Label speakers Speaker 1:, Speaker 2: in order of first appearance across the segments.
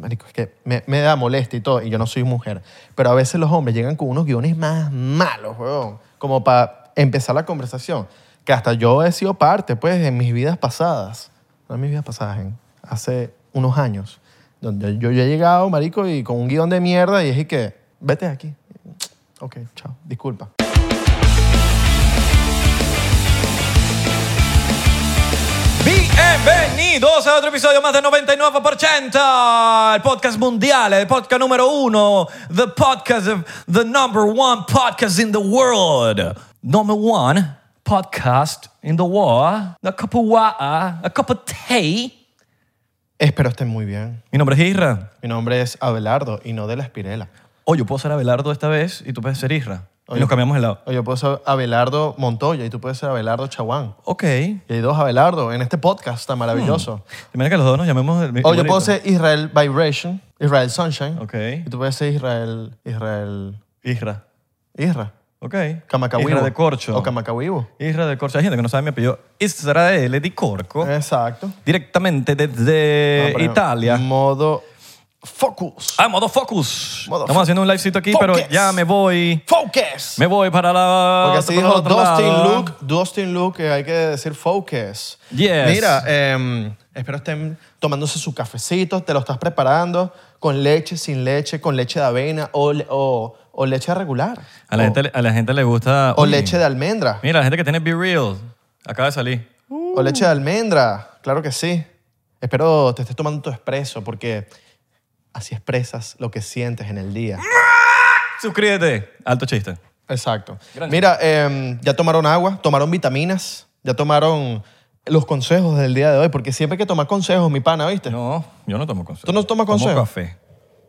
Speaker 1: Marico, es que me, me da molestia y todo, y yo no soy mujer. Pero a veces los hombres llegan con unos guiones más malos, weón. Como para empezar la conversación. Que hasta yo he sido parte, pues, en mis vidas pasadas. No en mis vidas pasadas, en hace unos años. Donde yo, yo he llegado, marico, y con un guión de mierda, y es que, vete de aquí. Ok, chao. Disculpa.
Speaker 2: Bienvenidos a otro episodio más del 99%, el podcast mundial, el podcast número uno, the podcast of the number one podcast in the world, number one podcast in the world, a cup of water, a cup of tea.
Speaker 1: Espero estén muy bien.
Speaker 2: Mi nombre es Isra.
Speaker 1: Mi nombre es Abelardo y no de la Espirela.
Speaker 2: Oye, yo puedo ser Abelardo esta vez y tú puedes ser Isra. Y
Speaker 1: Oye.
Speaker 2: nos cambiamos el lado.
Speaker 1: O yo puedo ser Abelardo Montoya y tú puedes ser Abelardo Chaguán.
Speaker 2: Ok.
Speaker 1: Y hay dos Abelardo en este podcast tan maravilloso.
Speaker 2: De manera que los dos nos llamemos... del mi-
Speaker 1: O yo puedo
Speaker 2: igualito.
Speaker 1: ser Israel Vibration, Israel Sunshine.
Speaker 2: Ok.
Speaker 1: Y tú puedes ser Israel. Israel.
Speaker 2: Isra.
Speaker 1: Isra.
Speaker 2: Ok.
Speaker 1: Camacahuivo.
Speaker 2: Isra de Corcho.
Speaker 1: O Camacahuivo.
Speaker 2: Isra de Corcho. Hay gente que no sabe mi apellido. Isra de L de Corco.
Speaker 1: Exacto.
Speaker 2: directamente desde
Speaker 1: Eh. Ah, pero
Speaker 2: Eh, Italia.
Speaker 1: Modo focus.
Speaker 2: Ah, modo focus.
Speaker 1: Modo
Speaker 2: Estamos
Speaker 1: fo-
Speaker 2: haciendo un livecito aquí,
Speaker 1: focus.
Speaker 2: pero ya me voy.
Speaker 1: Focus.
Speaker 2: Me voy para la.
Speaker 1: Porque así
Speaker 2: para
Speaker 1: dijo
Speaker 2: el otro
Speaker 1: Dustin
Speaker 2: lado.
Speaker 1: Luke, Dustin Luke, que hay que decir focus.
Speaker 2: Yes.
Speaker 1: Mira, em, espero estén tomándose su cafecito, te lo estás preparando con leche, sin leche, con leche de avena o, le- o- o leche regular.
Speaker 2: A la,
Speaker 1: o,
Speaker 2: gente, le- a la gente le gusta.
Speaker 1: o
Speaker 2: Uy,
Speaker 1: leche de almendra.
Speaker 2: Mira, la gente que tiene Be Real acaba de salir.
Speaker 1: O leche de almendra, claro que sí. Espero te estés tomando tu expreso porque así expresas lo que sientes en el día.
Speaker 2: Suscríbete. Alto chiste.
Speaker 1: Eh. Exacto.
Speaker 2: Gran
Speaker 1: Mira, em, ya tomaron agua, tomaron vitaminas, ya tomaron los consejos del día de hoy, porque siempre hay que tomar consejos, mi pana, ¿viste?
Speaker 2: No, yo no tomo consejo.
Speaker 1: ¿Tú no tomas consejo?
Speaker 2: Tomo café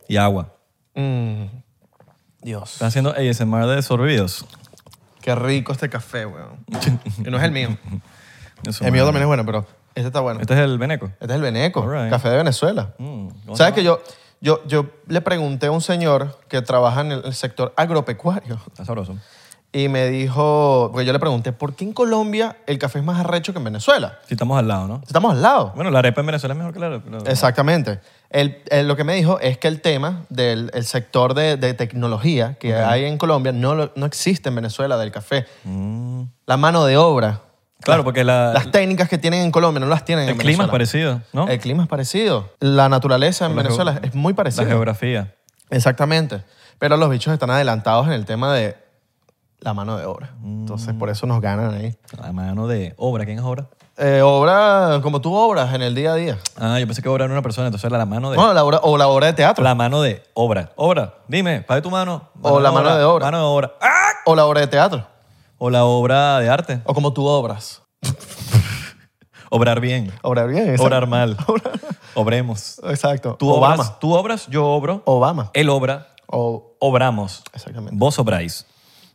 Speaker 2: y agua.
Speaker 1: Mm, Dios.
Speaker 2: Estás haciendo ASMR de sorbidos.
Speaker 1: Qué rico este café, weón. Y no es el mío.
Speaker 2: Eso,
Speaker 1: El mío
Speaker 2: madre.
Speaker 1: también es bueno, pero este está bueno. Este
Speaker 2: Este es el Beneco.
Speaker 1: es el Beneco,
Speaker 2: All right.
Speaker 1: café de Venezuela.
Speaker 2: Mm, ¿cómo
Speaker 1: ¿Sabes que yo, yo, yo le pregunté a un señor que trabaja en el- el sector agropecuario?
Speaker 2: Está sabroso.
Speaker 1: Y me dijo, porque yo le pregunté, ¿por qué en Colombia el café es más arrecho que en Venezuela?
Speaker 2: Si estamos al lado, ¿no?
Speaker 1: Estamos al lado.
Speaker 2: Bueno, la arepa en Venezuela es mejor que la arepa.
Speaker 1: Exactamente. El- el- lo que me dijo es que el tema del el sector de, de tecnología que hay en Colombia no, lo- no existe en Venezuela del café. La mano de obra.
Speaker 2: Mm. Claro, porque la-
Speaker 1: las técnicas que tienen en Colombia no las tienen
Speaker 2: Ah, El
Speaker 1: en Venezuela.
Speaker 2: clima es parecido, ¿no?
Speaker 1: El clima es parecido. La naturaleza en
Speaker 2: La geo-
Speaker 1: Venezuela es muy
Speaker 2: La
Speaker 1: parecida.
Speaker 2: geografía.
Speaker 1: Exactamente. Pero los bichos están adelantados en el tema de la mano de obra. Entonces, por eso nos ganan ahí.
Speaker 2: La mano de obra. ¿Quién es obra?
Speaker 1: Eh, obra como tú obras en el día a día.
Speaker 2: Ah, yo pensé que obra era una persona, entonces era la mano de...
Speaker 1: Bueno, la obra, o la obra de teatro.
Speaker 2: La mano de obra. Obra. Dime, ¿para tu mano?
Speaker 1: O la mano de obra.
Speaker 2: Mano de obra. ¡Ah!
Speaker 1: O la obra de teatro.
Speaker 2: O la obra de arte.
Speaker 1: O como tú obras.
Speaker 2: Obrar bien.
Speaker 1: Obrar bien. exacto.
Speaker 2: Obrar mal. Obremos.
Speaker 1: Exacto.
Speaker 2: Tú
Speaker 1: Obama.
Speaker 2: obras, tú obras, yo obro.
Speaker 1: Obama.
Speaker 2: Él obra,
Speaker 1: O,
Speaker 2: obramos.
Speaker 1: exactamente.
Speaker 2: Vos obráis.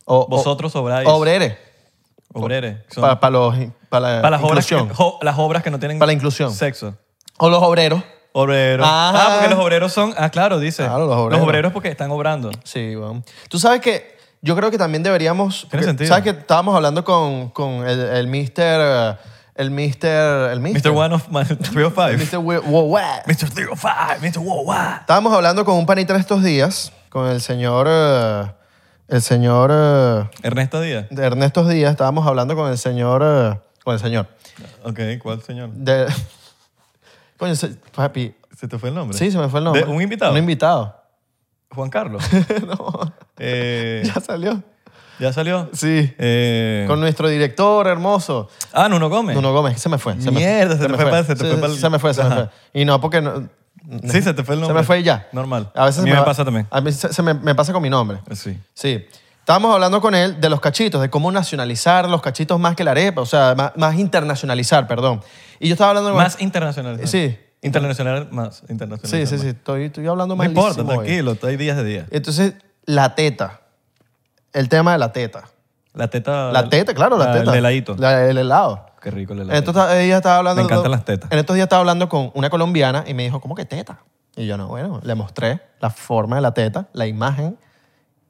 Speaker 1: O- o-
Speaker 2: Vosotros obráis.
Speaker 1: Obrere.
Speaker 2: Obrere. Son-
Speaker 1: Para los para la
Speaker 2: para las obras, que,
Speaker 1: inclusión.
Speaker 2: jo- las obras que no tienen
Speaker 1: Para la inclusión.
Speaker 2: sexo.
Speaker 1: O los obreros.
Speaker 2: Obreros.
Speaker 1: Ah.
Speaker 2: Ah, porque los obreros son. Ah, claro, dice.
Speaker 1: Claro, los obreros.
Speaker 2: Los obreros porque están obrando.
Speaker 1: Sí, weón. Tú sabes que yo creo que también deberíamos...
Speaker 2: Tiene
Speaker 1: que-
Speaker 2: sentido.
Speaker 1: ¿Sabes que estábamos hablando con, con el, el mister... El mister... El mister...
Speaker 2: Mr. One of my 305.
Speaker 1: El mister... Wi- Wo- Wa-
Speaker 2: Mr. 305. Mr. Worldwide.
Speaker 1: Estábamos hablando con un panita estos días, con el señor... eh, el señor... eh,
Speaker 2: Ernesto Díaz.
Speaker 1: de Ernesto Díaz, estábamos hablando con el señor... eh, con el señor.
Speaker 2: Ok, ¿cuál señor?
Speaker 1: De... Coño, se- papi...
Speaker 2: ¿Se te fue el nombre?
Speaker 1: Sí, se me fue el nombre.
Speaker 2: ¿De un invitado?
Speaker 1: Un invitado.
Speaker 2: Juan Carlos.
Speaker 1: no,
Speaker 2: Eh,
Speaker 1: ya salió.
Speaker 2: ¿Ya salió?
Speaker 1: Sí.
Speaker 2: Eh,
Speaker 1: Con nuestro director hermoso.
Speaker 2: Ah, Nuno Gómez.
Speaker 1: Nuno Gómez, se me fue. Se
Speaker 2: Mierda,
Speaker 1: me,
Speaker 2: se te fue pa- se te
Speaker 1: se,
Speaker 2: fue pa'l-
Speaker 1: se me fue, se me
Speaker 2: Ajá.
Speaker 1: fue. Y no, porque no-
Speaker 2: Sí, se te fue el
Speaker 1: se
Speaker 2: nombre.
Speaker 1: me fue y ya.
Speaker 2: Normal.
Speaker 1: A veces
Speaker 2: A mí
Speaker 1: se
Speaker 2: me
Speaker 1: va-
Speaker 2: pasa también.
Speaker 1: A mí se, se me, me pasa con mi nombre.
Speaker 2: Sí.
Speaker 1: Sí. Estábamos hablando con él de los cachitos, de cómo nacionalizar los cachitos más que la arepa, o sea, más, más internacionalizar, perdón. Y yo estaba hablando con
Speaker 2: Más internacional.
Speaker 1: Sí.
Speaker 2: Internacional más
Speaker 1: Sí,
Speaker 2: internacional.
Speaker 1: sí, eh. sí, estoy, estoy hablando
Speaker 2: No
Speaker 1: más
Speaker 2: importa, tranquilo. Hay días de día.
Speaker 1: Entonces, la teta. El tema de la teta.
Speaker 2: La teta.
Speaker 1: La teta, claro, la, teta.
Speaker 2: El heladito.
Speaker 1: La- el helado.
Speaker 2: Qué rico el heladito.
Speaker 1: En estos días estaba hablando.
Speaker 2: Me encantan las tetas.
Speaker 1: En estos días estaba hablando con una colombiana y me dijo, ¿cómo que teta? Y yo, no, bueno, le mostré la forma de la teta, la imagen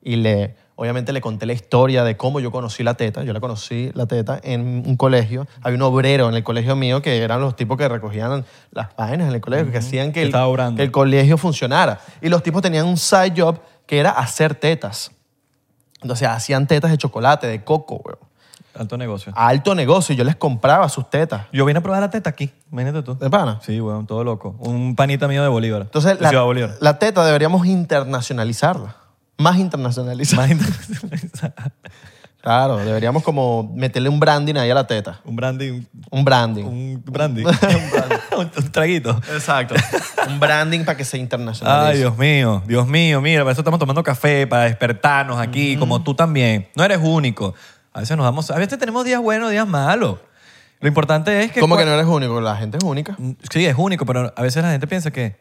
Speaker 1: y le Obviamente le conté la historia de cómo yo conocí la teta. Yo la conocí, la teta, en un colegio. Había un obrero en el colegio mío que eran los tipos que recogían las vainas en el colegio, que hacían que
Speaker 2: Que
Speaker 1: el,
Speaker 2: estaba obrando.
Speaker 1: que el colegio funcionara. Y los tipos tenían un side job que era hacer tetas. Entonces hacían tetas de chocolate, de coco, weón.
Speaker 2: Alto negocio.
Speaker 1: Alto negocio. y Yo les compraba sus tetas.
Speaker 2: Yo vine a probar la teta aquí. Imagínate tú.
Speaker 1: ¿De pana?
Speaker 2: Sí, weón, todo loco. Un panita mío de Bolívar.
Speaker 1: Entonces,
Speaker 2: de
Speaker 1: la,
Speaker 2: Ciudad Bolívar.
Speaker 1: la teta deberíamos internacionalizarla. Más internacionalizarla.
Speaker 2: Más interesante.
Speaker 1: Claro, deberíamos como meterle un branding ahí a la teta.
Speaker 2: un branding.
Speaker 1: Un branding.
Speaker 2: Un brandy. un, un traguito.
Speaker 1: Exacto. un branding para que se internacionalice.
Speaker 2: Ay, Dios mío, Dios mío, mira, para eso estamos tomando café, para despertarnos aquí, como tú también. No eres único. A veces nos damos, a veces tenemos días buenos, días malos. Lo importante es que... pues,
Speaker 1: ¿Cómo que Mm. no eres único? La gente es única.
Speaker 2: Sí, es único, pero a veces la gente piensa que,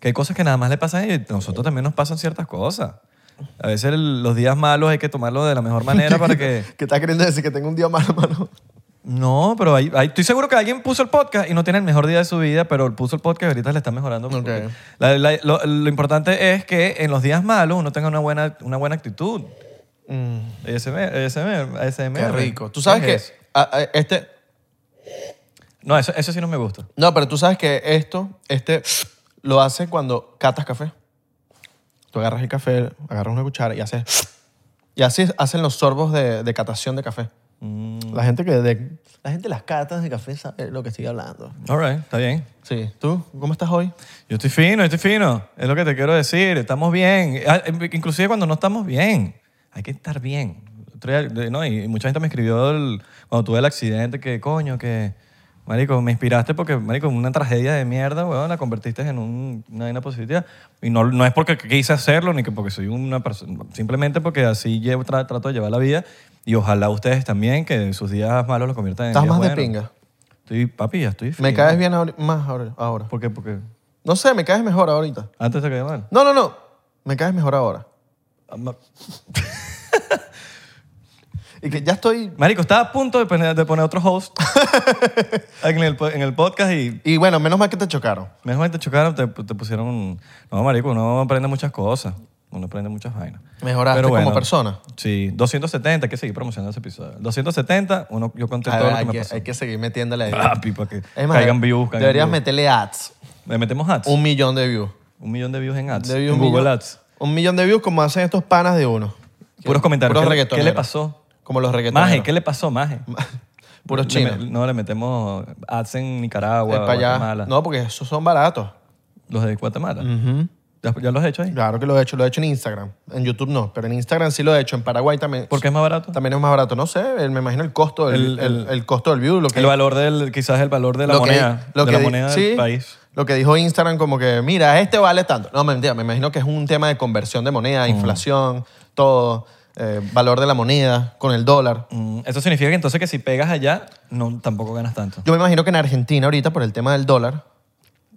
Speaker 2: que hay cosas que nada más le pasan y a nosotros también nos pasan ciertas cosas. A veces el- los días malos hay que tomarlos de la mejor manera para que...
Speaker 1: ¿Qué estás queriendo decir? Que tengo un día malo, mano.
Speaker 2: No, pero hay- hay- estoy seguro que alguien puso el podcast y no tiene el mejor día de su vida, pero puso el podcast y ahorita le está mejorando. porque
Speaker 1: Ok.
Speaker 2: la- la- lo, lo importante es que en los días malos uno tenga una buena, una buena actitud. ASMR, ASMR, ASMR.
Speaker 1: Mm. Qué rico. Tú sabes
Speaker 2: ¿Qué
Speaker 1: que
Speaker 2: es eso?
Speaker 1: a- a- este...
Speaker 2: No, eso, eso sí no me gusta.
Speaker 1: No, pero tú sabes que esto, este, lo hace cuando catas café. Tú agarras el café, agarras una cuchara y haces... Y así hacen los sorbos de, de catación de café. Mm. La gente que... de- la gente las catas de café sabe lo que estoy hablando. Eh,
Speaker 2: All right, está bien.
Speaker 1: Sí. ¿Tú? ¿Cómo estás hoy?
Speaker 2: Yo estoy fino, yo estoy fino. Es lo que te quiero decir. Estamos bien. Ah, Inclusive cuando no estamos bien. Hay que estar bien. Otro día, de- ¿no? Y y mucha gente me escribió el- cuando tuve el accidente que, coño, que... Marico, me inspiraste porque, marico, una tragedia de mierda, weón, la convertiste en un- una vaina positiva. Y no, no es porque quise hacerlo, ni que porque soy una persona, simplemente porque así llevo, tra- trato de llevar la vida. Y ojalá ustedes también, que sus días malos los conviertan en
Speaker 1: ¿Estás
Speaker 2: días
Speaker 1: más de
Speaker 2: buenos.
Speaker 1: pinga?
Speaker 2: Estoy, papi, ya estoy
Speaker 1: ¿Me
Speaker 2: fino.
Speaker 1: caes bien ahori- más ahora- ahora?
Speaker 2: ¿Por qué? Porque
Speaker 1: No sé, me caes mejor ahorita.
Speaker 2: antes te caía mal. Ah,
Speaker 1: No, no, no. Me caes mejor ahora.
Speaker 2: Ama-
Speaker 1: Y que ya estoy...
Speaker 2: Marico, estaba a punto de poner, de poner otro host en, el, po- en el podcast y
Speaker 1: Y bueno, menos mal que te chocaron.
Speaker 2: mejor que te chocaron, te, te pusieron un... No, marico, uno aprende muchas cosas. Uno aprende muchas vainas.
Speaker 1: Mejoraste
Speaker 2: Pero
Speaker 1: como persona.
Speaker 2: Sí, 270, hay que seguir promocionando ese episodio. 270, uno, yo conté
Speaker 1: A
Speaker 2: todo
Speaker 1: ver,
Speaker 2: lo que
Speaker 1: hay,
Speaker 2: me
Speaker 1: que, Ah,
Speaker 2: pasó.
Speaker 1: hay que seguir metiéndole ahí.
Speaker 2: Papi, para que
Speaker 1: Es más,
Speaker 2: caigan views. Caigan
Speaker 1: deberías
Speaker 2: views.
Speaker 1: meterle ads.
Speaker 2: ¿Le metemos ads? Un,
Speaker 1: Un millón de views.
Speaker 2: millón de views en ads.
Speaker 1: De views,
Speaker 2: en
Speaker 1: un
Speaker 2: Google
Speaker 1: millón-
Speaker 2: Ads.
Speaker 1: Un millón de views como hacen estos panas de uno.
Speaker 2: Puros comentarios.
Speaker 1: Puros
Speaker 2: ¿Qué le-
Speaker 1: reggaetoneros.
Speaker 2: ¿Qué le pasó?
Speaker 1: Como los reggaetoneros.
Speaker 2: Maje, ¿qué le pasó, Maje?
Speaker 1: Puros
Speaker 2: Le
Speaker 1: chinos.
Speaker 2: me- no, le metemos ads en Nicaragua,
Speaker 1: Eh, para allá.
Speaker 2: Guatemala.
Speaker 1: No, porque esos son baratos.
Speaker 2: ¿Los de Guatemala? ¿Ya, ya los he hecho ahí?
Speaker 1: Claro que lo he hecho. Lo he hecho en Instagram. En YouTube no, pero en Instagram sí lo he hecho. En Paraguay también.
Speaker 2: ¿Por qué es más barato?
Speaker 1: También es más barato. No sé, el- me imagino el costo del,
Speaker 2: El-
Speaker 1: el, el costo del view. Lo que,
Speaker 2: El valor del, quizás el valor de la
Speaker 1: lo que-
Speaker 2: moneda,
Speaker 1: lo
Speaker 2: de
Speaker 1: que
Speaker 2: la
Speaker 1: di-
Speaker 2: moneda
Speaker 1: sí,
Speaker 2: del país.
Speaker 1: Lo que dijo Instagram como que, mira, este vale tanto. No, mentira, me imagino que es un tema de conversión de moneda,
Speaker 2: Mm.
Speaker 1: inflación, todo, eh, valor de la moneda con el dólar.
Speaker 2: Mm, Eso significa que entonces que si pegas allá, no, tampoco ganas tanto.
Speaker 1: Yo me imagino que en Argentina ahorita, por el tema del dólar,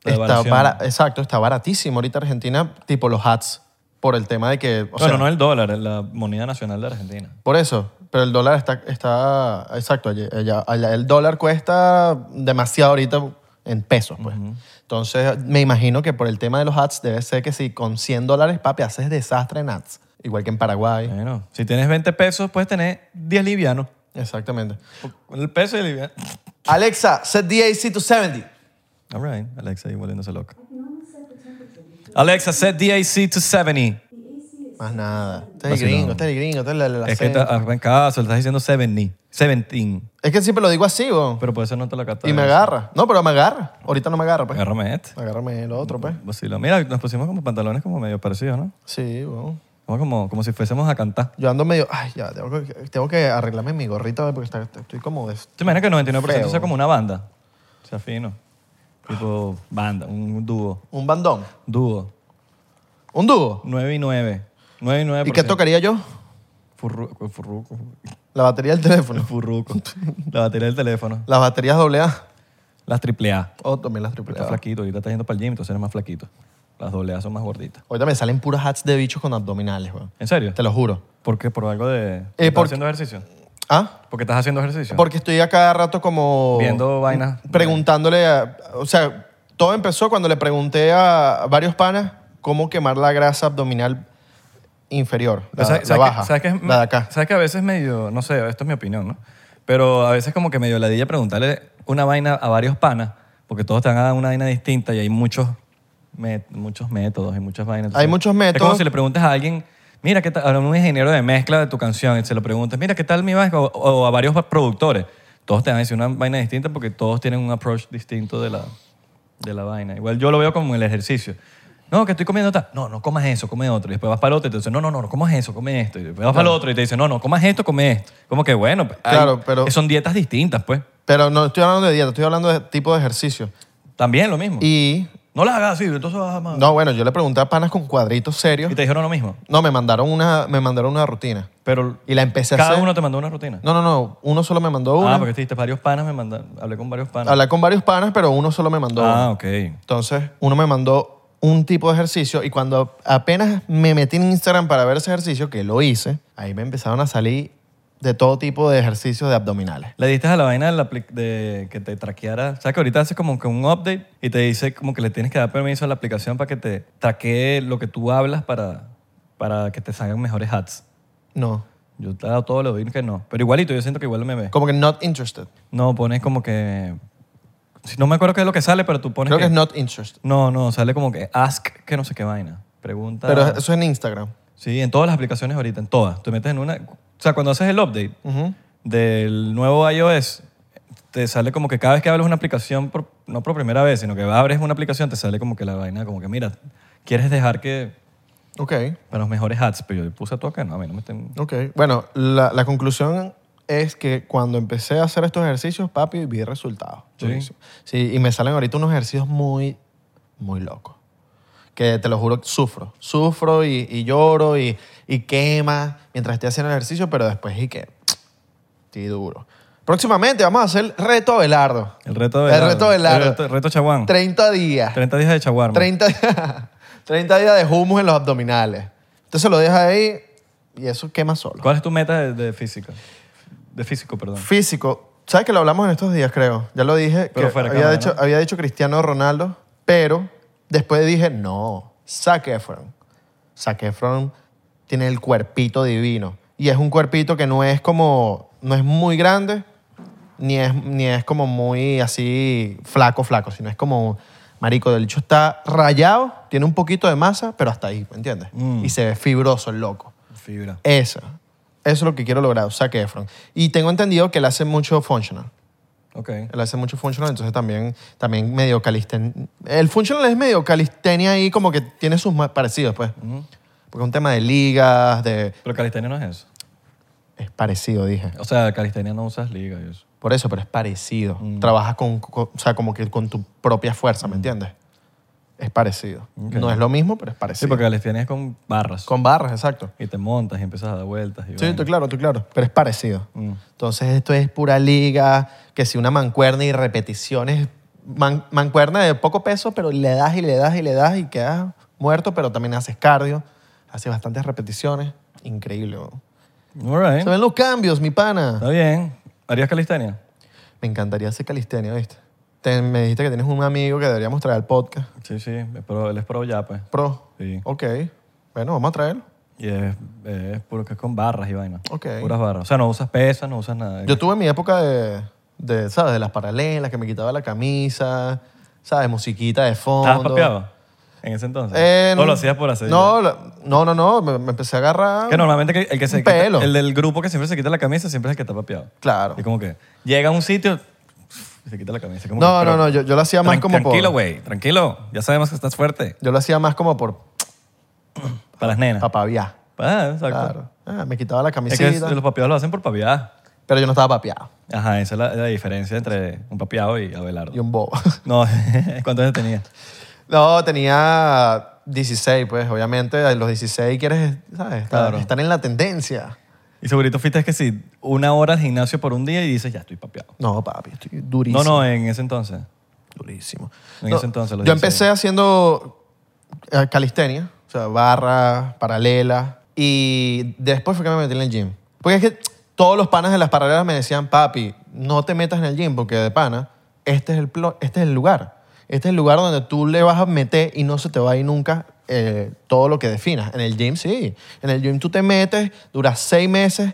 Speaker 2: La
Speaker 1: está,
Speaker 2: devaluación.
Speaker 1: bara- exacto, está baratísimo ahorita Argentina, tipo los hats, por el tema de que... O
Speaker 2: bueno,
Speaker 1: sea,
Speaker 2: no el dólar, la moneda nacional de Argentina.
Speaker 1: Por eso, pero el dólar está... está exacto, allí- allá- allá el dólar cuesta demasiado ahorita en pesos, pues. Entonces, me imagino que por el tema de los hats, debe ser que si con 100 dólares, papi, haces desastre en hats. Igual que en Paraguay.
Speaker 2: Bueno, si tienes 20 pesos, puedes tener 10 livianos.
Speaker 1: Exactamente.
Speaker 2: El peso y liviano.
Speaker 1: Alexa, set the AC to 70.
Speaker 2: All right, Alexa ahí volviéndose loca. Alexa, set DAC to 70.
Speaker 1: Más nada. Estás
Speaker 2: Vacilón.
Speaker 1: gringo, estás gringo, estás la, la- la
Speaker 2: es que
Speaker 1: acento.
Speaker 2: está, en caso, le estás diciendo 70. 17.
Speaker 1: Es que siempre lo digo así, vos.
Speaker 2: Pero puede ser no te la capta.
Speaker 1: Y me agarra. No, pero me agarra. Ahorita no me agarra, pues.
Speaker 2: Agárrame este.
Speaker 1: Agárrame el otro, pues.
Speaker 2: Vacilo. Mira, nos pusimos como pantalones como medio parecidos, ¿no?
Speaker 1: Sí, bueno.
Speaker 2: Como, como, como si fuésemos a cantar.
Speaker 1: Yo ando medio... Ay, ya, tengo que, tengo que arreglarme mi gorrita porque está- estoy como... des-
Speaker 2: ¿Te imaginas que el 99%
Speaker 1: Feo.
Speaker 2: sea como una banda? O sea, fino. Tipo banda, un, un dúo.
Speaker 1: Un bandón.
Speaker 2: Dúo.
Speaker 1: Un dúo.
Speaker 2: 9 y 9. 9 y 9.
Speaker 1: ¿Y qué tocaría yo?
Speaker 2: Furruco, furruco.
Speaker 1: La batería del teléfono.
Speaker 2: Furruco. La batería del teléfono.
Speaker 1: Las baterías AA.
Speaker 2: Las triple A.
Speaker 1: O también las triple
Speaker 2: Está
Speaker 1: A.
Speaker 2: flaquito. Ahorita estás yendo para el gym, entonces eres más flaquito. Las doble A son más gorditas.
Speaker 1: Ahorita me salen puras hats de bichos con abdominales, weón.
Speaker 2: ¿En serio?
Speaker 1: Te Eh, lo juro.
Speaker 2: ¿Por qué? ¿Por algo de...? ¿Estás
Speaker 1: porque-
Speaker 2: haciendo ejercicio?
Speaker 1: ¿Ah?
Speaker 2: ¿Porque estás haciendo ejercicio?
Speaker 1: Porque estoy a cada rato como...
Speaker 2: Viendo vainas.
Speaker 1: Preguntándole a... O sea, todo empezó cuando le pregunté a varios panas cómo quemar la grasa abdominal inferior, la,
Speaker 2: Pues, ¿Sabes-
Speaker 1: la
Speaker 2: sabes que-
Speaker 1: baja,
Speaker 2: sabes que es-
Speaker 1: la de acá.
Speaker 2: Sabes que a veces medio, no sé, esto es mi opinión, ¿no? Pero a veces como que medio ladilla preguntarle una vaina a varios panas, porque todos te van a dar una vaina distinta y hay muchos, me- muchos métodos y muchas vainas.
Speaker 1: Hay muchos
Speaker 2: Es como
Speaker 1: métodos.
Speaker 2: si le preguntas a alguien, mira, ¿qué tal? A un ingeniero de mezcla de tu canción y se lo preguntas, mira, ¿qué tal mi vaina? O, o a varios productores. Todos te van a decir una vaina distinta porque todos tienen un approach distinto de la, de la vaina. Igual yo lo veo como el ejercicio. No, que estoy comiendo tal. No, no comas eso, come otro. Y después vas para el otro y te dicen, no, no, no, no comas eso, come esto. Y después vas para el otro y te dicen, no, no, comas esto, come esto. Como que bueno, pues, hay-
Speaker 1: Claro, pero-
Speaker 2: son dietas distintas, pues.
Speaker 1: Pero no estoy hablando de dieta, estoy hablando de tipo de ejercicio.
Speaker 2: También lo mismo.
Speaker 1: Y,
Speaker 2: No las hagas así, entonces vas a... más.
Speaker 1: no, bueno, yo le pregunté a panas con cuadritos serios.
Speaker 2: Y te dijeron lo mismo.
Speaker 1: No, me mandaron una, me mandaron una rutina.
Speaker 2: Pero
Speaker 1: Y la empecé a
Speaker 2: cada
Speaker 1: hacer.
Speaker 2: uno te mandó una rutina.
Speaker 1: No, no, no. Uno solo me mandó una.
Speaker 2: Ah, porque te dijiste varios panas, me mandan, hablé con varios panas.
Speaker 1: Hablé con varios panas, pero uno solo me mandó una.
Speaker 2: Ah, ok.
Speaker 1: Entonces, uno me mandó un tipo de ejercicio y cuando apenas me metí en Instagram para ver ese ejercicio, que lo hice, ahí me empezaron a salir de todo tipo de ejercicios de abdominales.
Speaker 2: Le diste a la vaina de, la apli- de que te traqueara. ¿Sabes que ahorita haces como que un update y te dice como que le tienes que dar permiso a la aplicación para que te traquee lo que tú hablas para, para que te salgan mejores ads?
Speaker 1: No.
Speaker 2: Yo te he dado todo, lo digo que no. Pero igualito, yo siento que igual me ve.
Speaker 1: Como que not interested.
Speaker 2: No, pones como que... si- No me acuerdo qué es lo que sale, pero tú pones
Speaker 1: Creo que
Speaker 2: que-
Speaker 1: es not interested.
Speaker 2: No, no, sale como que ask que no sé qué vaina. Pregunta...
Speaker 1: Pero eso es en Instagram.
Speaker 2: Sí, en todas las aplicaciones ahorita, en todas. Te metes en una... O sea, cuando haces el update,
Speaker 1: Ujú.
Speaker 2: del nuevo iOS te sale como que cada vez que abres una aplicación, por- no por primera vez, sino que abres una aplicación, te sale como que la vaina, como que mira, quieres dejar que
Speaker 1: Ok,
Speaker 2: para los mejores ads, pero yo le puse a tú acá, no, a mí no me estén...
Speaker 1: ok. Bueno, la, la conclusión es que cuando empecé a hacer estos ejercicios, papi, vi resultados.
Speaker 2: Sí.
Speaker 1: Durísimo. Sí, y me salen ahorita unos ejercicios muy, muy locos. Que te lo juro, sufro. Sufro y, y lloro y, y quema mientras estoy haciendo el ejercicio, pero después y que, estoy duro. Próximamente vamos a hacer reto Abelardo.
Speaker 2: El reto
Speaker 1: El reto
Speaker 2: de
Speaker 1: Abelardo.
Speaker 2: El reto, reto Chaguán.
Speaker 1: 30 días.
Speaker 2: 30 días de Chaguán.
Speaker 1: 30, días- 30 días de humus en los abdominales. Entonces lo dejas ahí y eso quema solo.
Speaker 2: ¿Cuál es tu meta de, de física? De físico, perdón.
Speaker 1: Físico. ¿Sabes que lo hablamos en estos días, creo? Ya lo dije.
Speaker 2: Pero
Speaker 1: que
Speaker 2: fuera de
Speaker 1: había,
Speaker 2: cámara,
Speaker 1: dicho,
Speaker 2: ¿no?
Speaker 1: había dicho Cristiano Ronaldo, pero después dije, no, Zac Efron. Zac Efron tiene el cuerpito divino. Y es un cuerpito que no es como... No es muy grande, ni es, ni es como muy así flaco, flaco, sino es como... Marico, del hecho está rayado, tiene un poquito de masa, pero hasta ahí, ¿me entiendes?
Speaker 2: Mm.
Speaker 1: Y se ve fibroso el loco.
Speaker 2: Fibra.
Speaker 1: Eso. Eso es lo que quiero lograr, Zac Efron. Y tengo entendido que él hace mucho functional.
Speaker 2: Ok.
Speaker 1: Él hace mucho functional, entonces también, también medio calisten... El functional es medio calistenia ahí, como que tiene sus más parecidos, pues. Porque es un tema de ligas, de...
Speaker 2: Pero calistenia no es eso.
Speaker 1: Es parecido, dije.
Speaker 2: O sea, calistenia no usas liga y eso.
Speaker 1: Por eso, pero es parecido.
Speaker 2: Mm.
Speaker 1: Trabajas con, con- o sea, como que con tu propia fuerza, ¿me entiendes? Es parecido. No es lo mismo, pero es
Speaker 2: Sí,
Speaker 1: parecido.
Speaker 2: porque calistenia es con barras.
Speaker 1: Con barras, exacto.
Speaker 2: Y te montas y empiezas a dar vueltas. Y
Speaker 1: Sí,
Speaker 2: vainas.
Speaker 1: estoy claro, estoy claro. Pero es parecido.
Speaker 2: Mm.
Speaker 1: Entonces, esto es pura liga, que si una mancuerna y repeticiones. man- mancuerna de poco peso, pero le das y le das y le das y quedas muerto, pero también haces cardio, haces bastantes repeticiones. Increíble. bro.
Speaker 2: All right.
Speaker 1: Se ven los cambios, mi pana.
Speaker 2: Está bien. ¿Harías calistenia?
Speaker 1: Me encantaría hacer calistenia, ¿viste? Te- me dijiste que tienes un amigo que deberíamos traer al podcast.
Speaker 2: Sí, sí, es pro- él es pro ya, pues.
Speaker 1: Pro.
Speaker 2: Sí.
Speaker 1: Ok. Bueno, vamos a traerlo.
Speaker 2: Y es, es puro que es con barras y vainas.
Speaker 1: Ok.
Speaker 2: Puras barras. O sea, no usas pesas, no usas nada.
Speaker 1: Yo tuve mi época de, de, ¿sabes? De las paralelas, que me quitaba la camisa, ¿sabes? Musiquita de fondo.
Speaker 2: ¿Estabas papeado en ese entonces?
Speaker 1: Eh,
Speaker 2: ¿O lo hacías por hacer?
Speaker 1: No, la- no, no, no. Me, me empecé a agarrar.
Speaker 2: Que normalmente el que se
Speaker 1: Un
Speaker 2: quita-
Speaker 1: pelo.
Speaker 2: el del grupo que siempre se quita la camisa siempre es el que está papeado.
Speaker 1: Claro.
Speaker 2: Y como que llega a un sitio y se quita la camisa. Como
Speaker 1: No,
Speaker 2: que,
Speaker 1: no,
Speaker 2: pero-
Speaker 1: no. Yo, yo lo hacía más
Speaker 2: tran-
Speaker 1: como por.
Speaker 2: Tranquilo, güey. Tranquilo. Ya sabemos que estás fuerte.
Speaker 1: Yo lo hacía más como por
Speaker 2: Ah, Para las nenas.
Speaker 1: papaviar.
Speaker 2: Ah, exacto.
Speaker 1: Claro. Ah, me quitaba la
Speaker 2: Es que
Speaker 1: camisita.
Speaker 2: es- los papeados lo hacen por papear.
Speaker 1: Pero yo no estaba papeado.
Speaker 2: Ajá, esa es la, la diferencia entre un papeado y Abelardo.
Speaker 1: Y un bobo.
Speaker 2: No, ¿cuántos años tenía?
Speaker 1: no, tenía 16, pues, obviamente. A los 16 quieres, ¿sabes? Estar,
Speaker 2: Claro.
Speaker 1: estar en la tendencia.
Speaker 2: Y segurito fuiste es que si una hora al gimnasio por un día y dices, ya estoy papeado.
Speaker 1: No, papi, estoy durísimo.
Speaker 2: No, no, en ese entonces.
Speaker 1: Durísimo.
Speaker 2: En ese entonces, los
Speaker 1: yo
Speaker 2: 16.
Speaker 1: empecé haciendo eh, calistenia, o sea, barra, paralela, y después fue que me metí en el gym. Porque es que todos los panas de las paralelas me decían, papi, no te metas en el gym porque de pana, este es el, plo- este es el lugar. Este es el lugar donde tú le vas a meter y no se te va a ir nunca eh, todo lo que definas. En el gym sí. En el gym tú te metes, duras seis meses,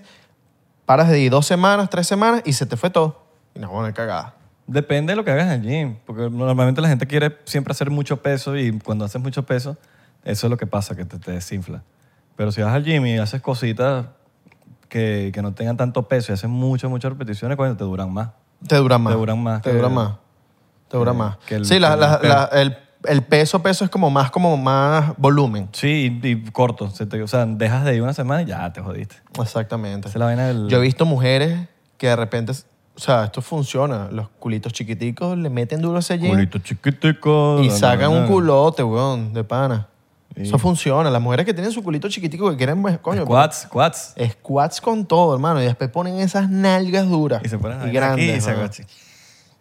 Speaker 1: paras de ir dos semanas, tres semanas y se te fue todo. Y no, bueno, cagada.
Speaker 2: Depende de lo que hagas en el gym, porque normalmente la gente quiere siempre hacer mucho peso y cuando haces mucho peso, eso es lo que pasa, que te, te desinfla. Pero si vas al gym y haces cositas que, que no tengan tanto peso y haces muchas, muchas repeticiones, cuando te duran más.
Speaker 1: Te duran más.
Speaker 2: Te duran más
Speaker 1: Te
Speaker 2: que-
Speaker 1: duran más. Te duran
Speaker 2: que-
Speaker 1: más.
Speaker 2: que el-
Speaker 1: sí, la-
Speaker 2: que el
Speaker 1: la-
Speaker 2: pe-
Speaker 1: la- el, el peso, peso es como más, como más volumen.
Speaker 2: Sí, y, y corto. se te- o sea, dejas de ir una semana y ya te jodiste.
Speaker 1: Exactamente.
Speaker 2: Esa es la vaina del...
Speaker 1: Yo he visto mujeres que de repente, o sea, esto funciona. Los culitos chiquiticos le meten duro a ese gym
Speaker 2: culito chiquitico.
Speaker 1: y
Speaker 2: la, la,
Speaker 1: sacan
Speaker 2: la.
Speaker 1: un culote, weón, de pana.
Speaker 2: Sí.
Speaker 1: Eso funciona. Las mujeres que tienen su culito chiquitico que quieren, pues, coño,
Speaker 2: Squats, squats.
Speaker 1: squats con todo, hermano. Y después ponen esas nalgas duras
Speaker 2: Y se ponen ahí,
Speaker 1: grandes.
Speaker 2: aquí y se
Speaker 1: ¿no?
Speaker 2: agachan.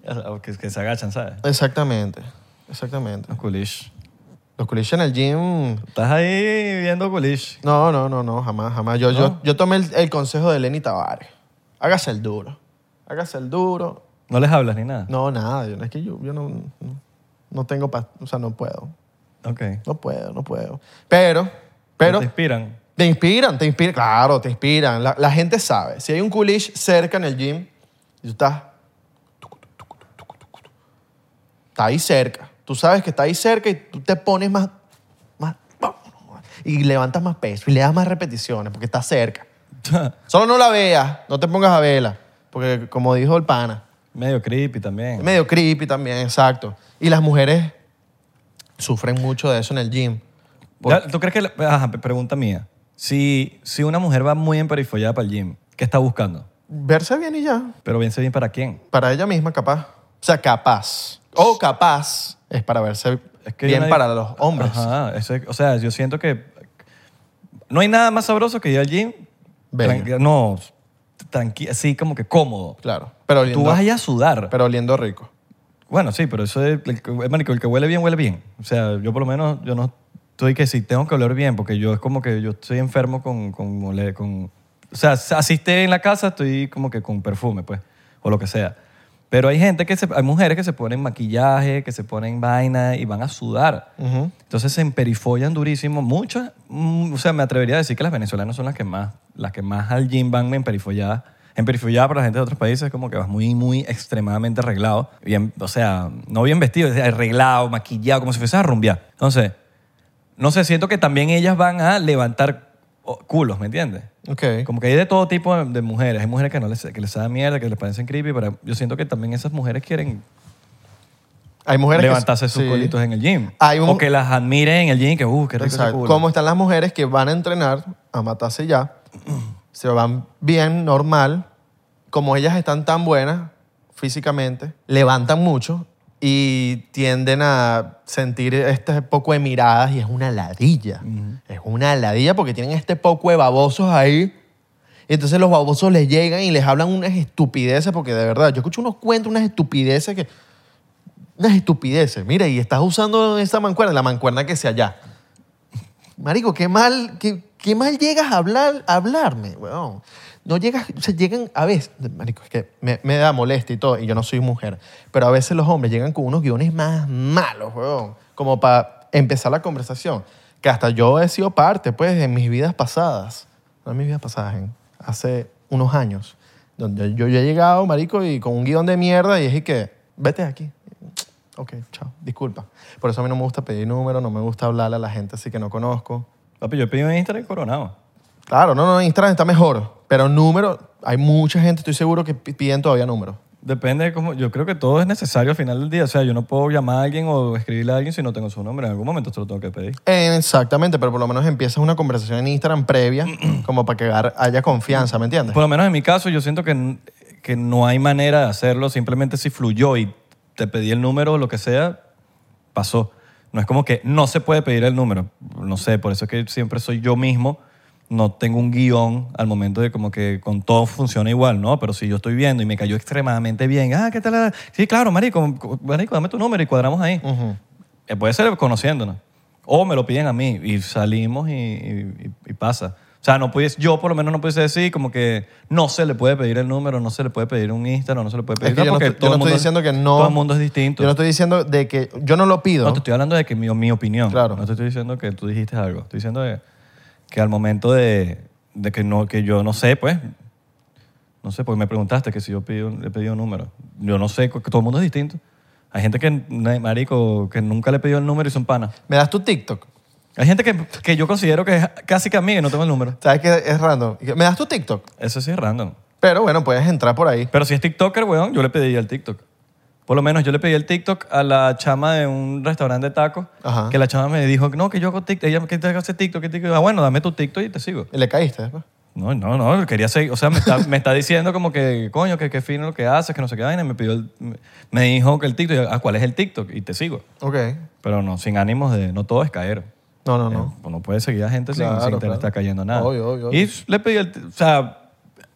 Speaker 2: O sea, o Que, que se agachan, ¿sabes?
Speaker 1: Exactamente. Exactamente.
Speaker 2: Los culish.
Speaker 1: Los culiches en el gym
Speaker 2: Estás ahí viendo culish.
Speaker 1: No, no, no, no, jamás, jamás. Yo, yo, yo tomé el, el consejo de Lenny Tavares. Hágase el duro. Hágase el duro.
Speaker 2: No les hablas ni nada.
Speaker 1: No, nada. Yo, es que yo, yo no, no- no tengo... pa- o sea, no puedo.
Speaker 2: Ok.
Speaker 1: No puedo, no puedo. Pero, pero...
Speaker 2: Te inspiran.
Speaker 1: Te inspiran, te inspiran. Claro, te inspiran. La, la gente sabe. Si hay un coolish cerca en el gym y tú estás... tucu, tucu, tucu, tucu, tucu, tucu, Está ahí cerca. Tú sabes que está ahí cerca y tú te pones más... más y levantas más peso y le das más repeticiones porque está cerca. Solo no la veas, no te pongas a vela. Porque como dijo el pana,
Speaker 2: Medio creepy
Speaker 1: es
Speaker 2: también.
Speaker 1: medio creepy también, exacto. Y las mujeres sufren mucho de eso en el gym. Por-
Speaker 2: Ya, ¿Tú crees que... la- Ajá, pe- pregunta mía. Si, si una mujer va muy emperifollada para el gym, ¿qué está buscando?
Speaker 1: verse bien y ya.
Speaker 2: Pero bien, bien para quién.
Speaker 1: Para ella misma, capaz. O sea, capaz. O capaz es para verse
Speaker 2: Es que
Speaker 1: bien
Speaker 2: yo no-
Speaker 1: para los hombres.
Speaker 2: Ajá, eso es- o sea, yo siento que no hay nada más sabroso que ir al gym.
Speaker 1: Bello.
Speaker 2: tranqui- no, tranqui así como que cómodo.
Speaker 1: Claro. Pero oliendo,
Speaker 2: Tú vas allá a sudar.
Speaker 1: pero oliendo rico.
Speaker 2: bueno, sí, pero eso es, el, que- eh, marico, el que huele bien, huele bien. O sea, yo por lo menos, yo no estoy que sí, tengo que oler bien, porque yo es como que yo estoy enfermo con, con, mole- con o sea, así esté en la casa, estoy como que con perfume, pues, o lo que sea. Pero hay gente que se, hay mujeres que se ponen maquillaje, que se ponen vaina y van a sudar.
Speaker 1: Ujú.
Speaker 2: Entonces se emperifollan durísimo. Muchas, mm, o sea, me atrevería a decir que las venezolanas son las que más, las que más al gym van emperifolladas. Emperifollada para la gente de otros países como que vas muy, muy extremadamente arreglado. Bien, o sea, no bien vestido, es arreglado, maquillado, como si fuese a rumbear. Entonces, no sé, siento que también ellas van a levantar oh, culos, ¿me entiendes?
Speaker 1: Ok.
Speaker 2: Como que hay de todo tipo de, de mujeres. Hay mujeres que no les, que les da mierda, que les parecen creepy, pero yo siento que también esas mujeres quieren
Speaker 1: Hay mujeres que-
Speaker 2: levantarse sus
Speaker 1: sí.
Speaker 2: colitos en el gym.
Speaker 1: Hay un-
Speaker 2: O que las admiren en el gym, que, uh, qué rico ese
Speaker 1: Exacto.
Speaker 2: culo.
Speaker 1: Como están las mujeres que van a entrenar a matarse ya, se van bien, normal. Como ellas están tan buenas físicamente, levantan mucho y tienden a sentir este poco de miradas y es una ladilla. Es una ladilla porque tienen este poco de babosos ahí. Y entonces los babosos les llegan y les hablan unas estupideces porque de verdad, yo escucho unos cuentos, unas estupideces que unas estupideces. Mira, y estás usando esa mancuerna, la mancuerna que sea allá. Marico, qué mal, qué, qué mal llegas a, hablar, a hablarme, weón. No llegas, o sea, llegan a veces, marico, es que me, me da molestia y todo, y yo no soy mujer, pero a veces los hombres llegan con unos guiones más malos, weón, como para empezar la conversación, que hasta yo he sido parte, pues, en mis vidas pasadas, no en mis vidas pasadas, en- hace unos años, donde yo, yo he llegado, marico, y con un guión de mierda y dije que, vete de aquí, Ok, chao. Disculpa. Por eso a mí no me gusta pedir número, no me gusta hablarle a la gente así que no conozco.
Speaker 2: Papi, yo pedí un Instagram coronado.
Speaker 1: Claro, no, no, Instagram está mejor. Pero número, hay mucha gente, estoy seguro, que pi- piden todavía número.
Speaker 2: Depende de cómo... Yo creo que todo es necesario al final del día. O sea, yo no puedo llamar a alguien o escribirle a alguien si no tengo su nombre. En algún momento se lo tengo que pedir.
Speaker 1: Eh, Exactamente, pero por lo menos empiezas una conversación en Instagram previa, como para que gar- haya confianza, ¿me entiendes?
Speaker 2: Por lo menos en mi caso, yo siento que, n- que no hay manera de hacerlo. Simplemente si fluyó y te pedí el número o lo que sea, pasó. No es como que no se puede pedir el número. No sé, por eso es que siempre soy yo mismo. No tengo un guión al momento de como que con todo funciona igual, ¿no? Pero si yo estoy viendo y me cayó extremadamente bien, ah, ¿qué tal? la- Sí, claro, marico, cu- marico, dame tu número y cuadramos ahí.
Speaker 1: Ujú.
Speaker 2: Eh, puede ser conociéndonos. O me lo piden a mí y salimos y, y- y- y pasa. O sea, no pudiese, yo por lo menos no pudiese decir como que no se le puede pedir el número, no se le puede pedir un Instagram, no se le puede pedir
Speaker 1: Es que yo
Speaker 2: nada,
Speaker 1: no,
Speaker 2: porque
Speaker 1: estoy- yo no
Speaker 2: todo el
Speaker 1: estoy diciendo
Speaker 2: mundo-
Speaker 1: que no.
Speaker 2: Todo el mundo es distinto.
Speaker 1: Yo no estoy diciendo de que. Yo no lo pido.
Speaker 2: No, te estoy hablando de que mi, mi opinión.
Speaker 1: Claro.
Speaker 2: No te estoy diciendo que tú dijiste algo. Estoy diciendo de- que al momento de, de que, no, que yo no sé, pues. No sé, porque me preguntaste que si yo pido, le he pedido un número. Yo no sé, que todo el mundo es distinto. Hay gente que, na- marico, que nunca le he pedido el número y son panas.
Speaker 1: ¿Me das tu TikTok?
Speaker 2: Hay gente que, que yo considero que es casi que amiga y no tengo el número.
Speaker 1: ¿Sabes que es random? ¿Me das tu TikTok?
Speaker 2: Eso sí es random.
Speaker 1: Pero bueno, puedes entrar por ahí.
Speaker 2: Pero si es TikToker, weón, yo le pediría el TikTok. Por lo menos yo le pedí el TikTok a la chama de un restaurante de tacos.
Speaker 1: Ajá.
Speaker 2: Que la chama me dijo, no, que yo hago TikTok. Ella, ¿qué te hace TikTok? ¿Qué TikTok? Ah, bueno, dame tu TikTok y te sigo.
Speaker 1: Y le caíste después.
Speaker 2: No, no, no, quería seguir. O sea, me está, me está diciendo como que, coño, que qué fino lo que haces, que no sé qué vaina. Y me pidió, el- me dijo que el TikTok, y yo, ah, ¿cuál es el TikTok? Y te sigo.
Speaker 1: Ok.
Speaker 2: Pero no, sin ánimos de, no todo es caer.
Speaker 1: No, no,
Speaker 2: Eh,
Speaker 1: no.
Speaker 2: pues no puedes seguir a gente sin-
Speaker 1: Claro,
Speaker 2: sin, estar
Speaker 1: claro.
Speaker 2: está cayendo nada.
Speaker 1: Obvio, obvio, obvio.
Speaker 2: Y le pedí el... t- O sea,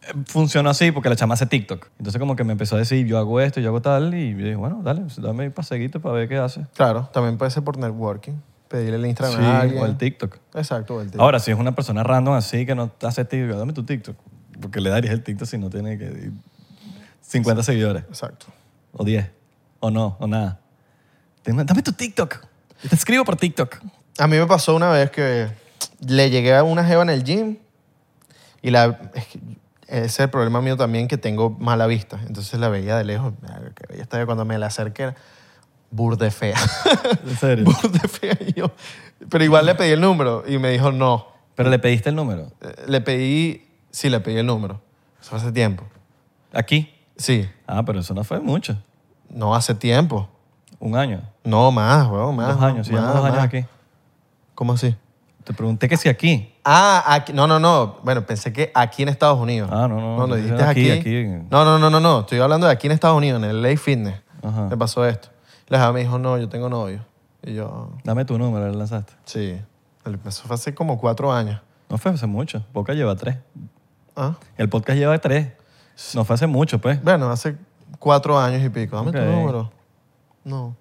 Speaker 2: eh, funcionó así porque la chama hace TikTok. Entonces como que me empezó a decir, yo hago esto, yo hago tal, y yo dije, bueno, dale, pues, dame un paseguito para ver qué hace.
Speaker 1: Claro, también puede ser por networking. Pedirle el Instagram
Speaker 2: Sí,
Speaker 1: a alguien.
Speaker 2: o el TikTok.
Speaker 1: Exacto, o el TikTok.
Speaker 2: Ahora, si es una persona random así que no hace TikTok, dame tu TikTok. Porque le darías el TikTok si no tiene que... 50 seguidores,
Speaker 1: Exacto.
Speaker 2: o 10, o no, o nada. Dame dame tu TikTok. Te escribo por TikTok.
Speaker 1: A mí me pasó una vez que le llegué a una jeva en el gym y la... es que ese es el problema mío también, que tengo mala vista. Entonces la veía de lejos. "Mira, qué bella esta jeva". Cuando me la acerqué era burde fea.
Speaker 2: En serio.
Speaker 1: burde fea. Y yo- Pero igual le pedí el número y me dijo no.
Speaker 2: Pero le pediste el número.
Speaker 1: Eh, Le pedí... Sí, le pedí el número. Eso fue hace tiempo.
Speaker 2: Aquí.
Speaker 1: Sí.
Speaker 2: Ah, pero eso no fue mucho.
Speaker 1: No, hace tiempo.
Speaker 2: Un año.
Speaker 1: No, más, weón, más.
Speaker 2: dos años. Sí,
Speaker 1: más,
Speaker 2: llevamos dos años
Speaker 1: más.
Speaker 2: aquí.
Speaker 1: ¿Cómo así?
Speaker 2: Te pregunté que si aquí.
Speaker 1: Ah, aquí, no, no, no. Bueno, pensé que aquí en Estados Unidos.
Speaker 2: Ah, no, no,
Speaker 1: No,
Speaker 2: yo
Speaker 1: lo dijiste
Speaker 2: decía
Speaker 1: aquí.
Speaker 2: aquí, aquí.
Speaker 1: No, no, no, no, no. Estoy hablando de aquí en Estados Unidos, en el Lay Fitness.
Speaker 2: Ajá.
Speaker 1: Me pasó esto. La jeva me dijo, no, yo tengo novio. Y yo,
Speaker 2: Dame tu número, le lanzaste.
Speaker 1: sí. Eso fue hace como cuatro años.
Speaker 2: No fue hace mucho. Podcast lleva tres.
Speaker 1: Ah,
Speaker 2: El podcast lleva tres. No fue hace mucho, pues.
Speaker 1: Bueno, hace cuatro años y pico. Dame
Speaker 2: Ok.
Speaker 1: tu número. No.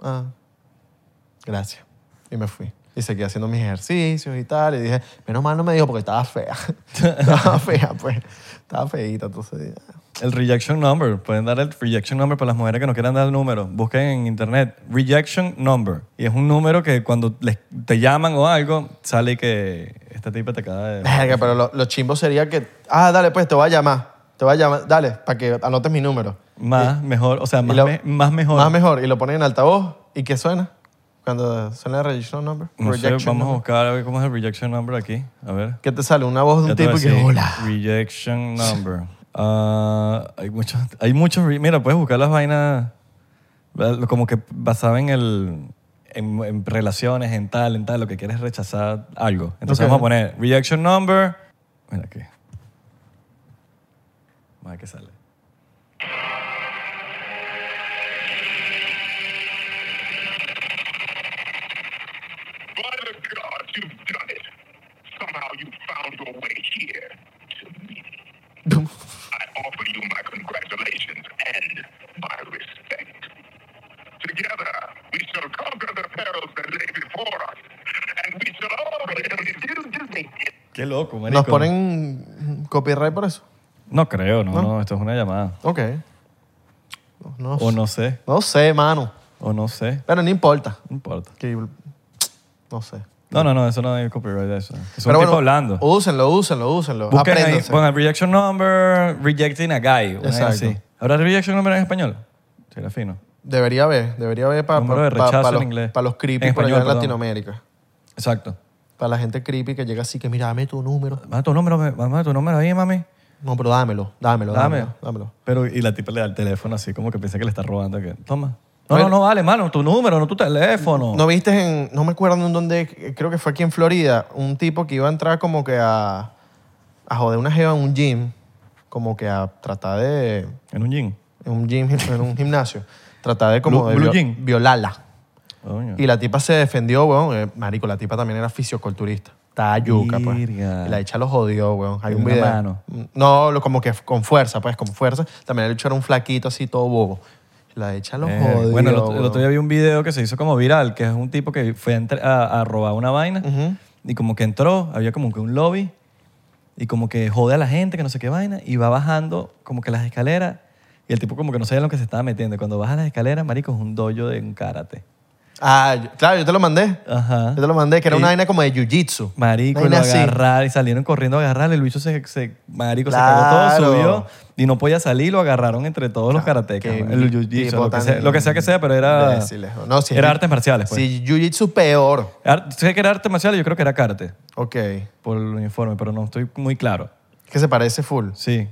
Speaker 1: Ah. Gracias. Y me fui. Y seguí haciendo mis ejercicios y tal. Y dije, menos mal no me dijo porque estaba fea. estaba fea, pues. Estaba feita, entonces. ah.
Speaker 2: El rejection number. Pueden dar el rejection number para las mujeres que no quieran dar el número. Busquen en internet. Rejection number. Y es un número que cuando les- te llaman o algo, sale que esta tipa te acaba de...
Speaker 1: Verga, pero lo, lo chimbo sería que, ah, dale, pues te voy a llamar. Te voy a llamar, dale, para que anotes mi número.
Speaker 2: Más, mejor. O sea, más,
Speaker 1: lo-
Speaker 2: me- más mejor.
Speaker 1: Más mejor. Y lo ponen en altavoz. ¿Y qué suena? Cuando suena el rejection number.
Speaker 2: No sé,
Speaker 1: rejection
Speaker 2: vamos a
Speaker 1: number.
Speaker 2: buscar a ver cómo es el rejection number aquí. A ver.
Speaker 1: ¿Qué te sale? Una voz de
Speaker 2: Ya
Speaker 1: un
Speaker 2: te
Speaker 1: tipo
Speaker 2: voy a
Speaker 1: que,
Speaker 2: decir,
Speaker 1: hola.
Speaker 2: Rejection number. Ah, hay muchos, hay muchos, re- mira, puedes buscar las vainas ¿verdad? como que basado en el, en, en relaciones, en tal, en tal, lo que quieres rechazar algo. Entonces
Speaker 1: Ok.
Speaker 2: vamos a poner rejection number. Mira aquí. Vamos a ver qué sale.
Speaker 3: By the gods, you've done it. Somehow you found your way here to me. I offer you my congratulations and my respect. Together, we shall conquer the perils that lay before us, and we shall always Disney.
Speaker 2: Qué loco, marico.
Speaker 1: Nos ponen copyright por eso.
Speaker 2: No creo, no, no, esto es una llamada.
Speaker 1: Ok. No,
Speaker 2: O no sé,
Speaker 1: no sé, mano.
Speaker 2: o no sé,
Speaker 1: Pero no importa.
Speaker 2: no importa.
Speaker 1: Que, no sé.
Speaker 2: No, no, no, eso no hay copyright de eso. Es un
Speaker 1: Pero
Speaker 2: tipo hablando.
Speaker 1: Úsenlo, úsenlo, úsenlo.
Speaker 2: Busquen ahí,
Speaker 1: Apréndanse.
Speaker 2: pongan rejection number, rejecting a guy. una vez
Speaker 1: Exacto.
Speaker 2: así. ¿Habrá rejection number en español? Será fino.
Speaker 1: Debería haber, debería haber para
Speaker 2: Número de rechazo en inglés.
Speaker 1: los, pa' los creepy
Speaker 2: En
Speaker 1: por allá
Speaker 2: español,
Speaker 1: en
Speaker 2: perdón.
Speaker 1: Latinoamérica.
Speaker 2: Exacto.
Speaker 1: Para la gente creepy que llega así que, mira, dame tu número.
Speaker 2: Manda tu número, me- manda tu número ahí, mami.
Speaker 1: No, pero dámelo, dámelo,
Speaker 2: Dame.
Speaker 1: dámelo. dámelo.
Speaker 2: Pero, y la tipa le da el teléfono así, como que piensa que le está robando. Que, Toma. No,
Speaker 1: Bueno.
Speaker 2: no, no, vale, mano, tu número, no tu teléfono.
Speaker 1: ¿No viste en, no me acuerdo en dónde, eh, creo que fue aquí en Florida, un tipo que iba a entrar como que a, a joder una jeva en un gym, como que a tratar de,
Speaker 2: En un jean.
Speaker 1: en un gym, en un gimnasio, tratar de como
Speaker 2: Blue-
Speaker 1: de
Speaker 2: blue gym. Ah.
Speaker 1: violarla.
Speaker 2: Coño.
Speaker 1: Y la tipa se defendió, weón. Eh, marico, la tipa también era fisioculturista. Estaba yuca, pues. Y
Speaker 2: Virga.
Speaker 1: la hecha lo jodió, weón. Hay
Speaker 2: De
Speaker 1: un
Speaker 2: una
Speaker 1: video.
Speaker 2: mano.
Speaker 1: No, lo- como que f- con fuerza, pues, con fuerza. También el hecho era un flaquito así, todo bobo. La hecha lo
Speaker 2: Eh,
Speaker 1: jodió,
Speaker 2: bueno, el otro, el
Speaker 1: weón.
Speaker 2: otro día vi un video que se hizo como viral, que es un tipo que fue a, entr- a- a robar una vaina y como que entró, había como que un lobby y como que jode a la gente, que no sé qué vaina, y va bajando como que las escaleras y el tipo como que no sabía en lo que se estaba metiendo. Cuando baja las escaleras, marico, es un dojo de un karate.
Speaker 1: Ah, yo- claro, yo te lo mandé.
Speaker 2: Ajá.
Speaker 1: Yo te lo mandé, que era
Speaker 2: Ah. Sí.
Speaker 1: una vaina como de jiu-jitsu.
Speaker 2: Marico, y lo
Speaker 1: Vaina así.
Speaker 2: agarraron y salieron corriendo a agarrarlo. El bicho se, se- marico, se
Speaker 1: Claro.
Speaker 2: cagó todo, subió y no podía salir. Lo agarraron entre todos los karatecas.
Speaker 1: Qué
Speaker 2: man. El jiu-jitsu,
Speaker 1: tipo
Speaker 2: lo, que
Speaker 1: tan
Speaker 2: sea- lo que sea que sea, pero era,
Speaker 1: imbéciles, No, si
Speaker 2: era artes marciales. Pues.
Speaker 1: Si jiu-jitsu, peor.
Speaker 2: Ar- sé que era artes marciales, yo creo que era karate
Speaker 1: Ok. Que
Speaker 2: por el uniforme, pero no estoy muy claro.
Speaker 1: se parece full.
Speaker 2: Sí.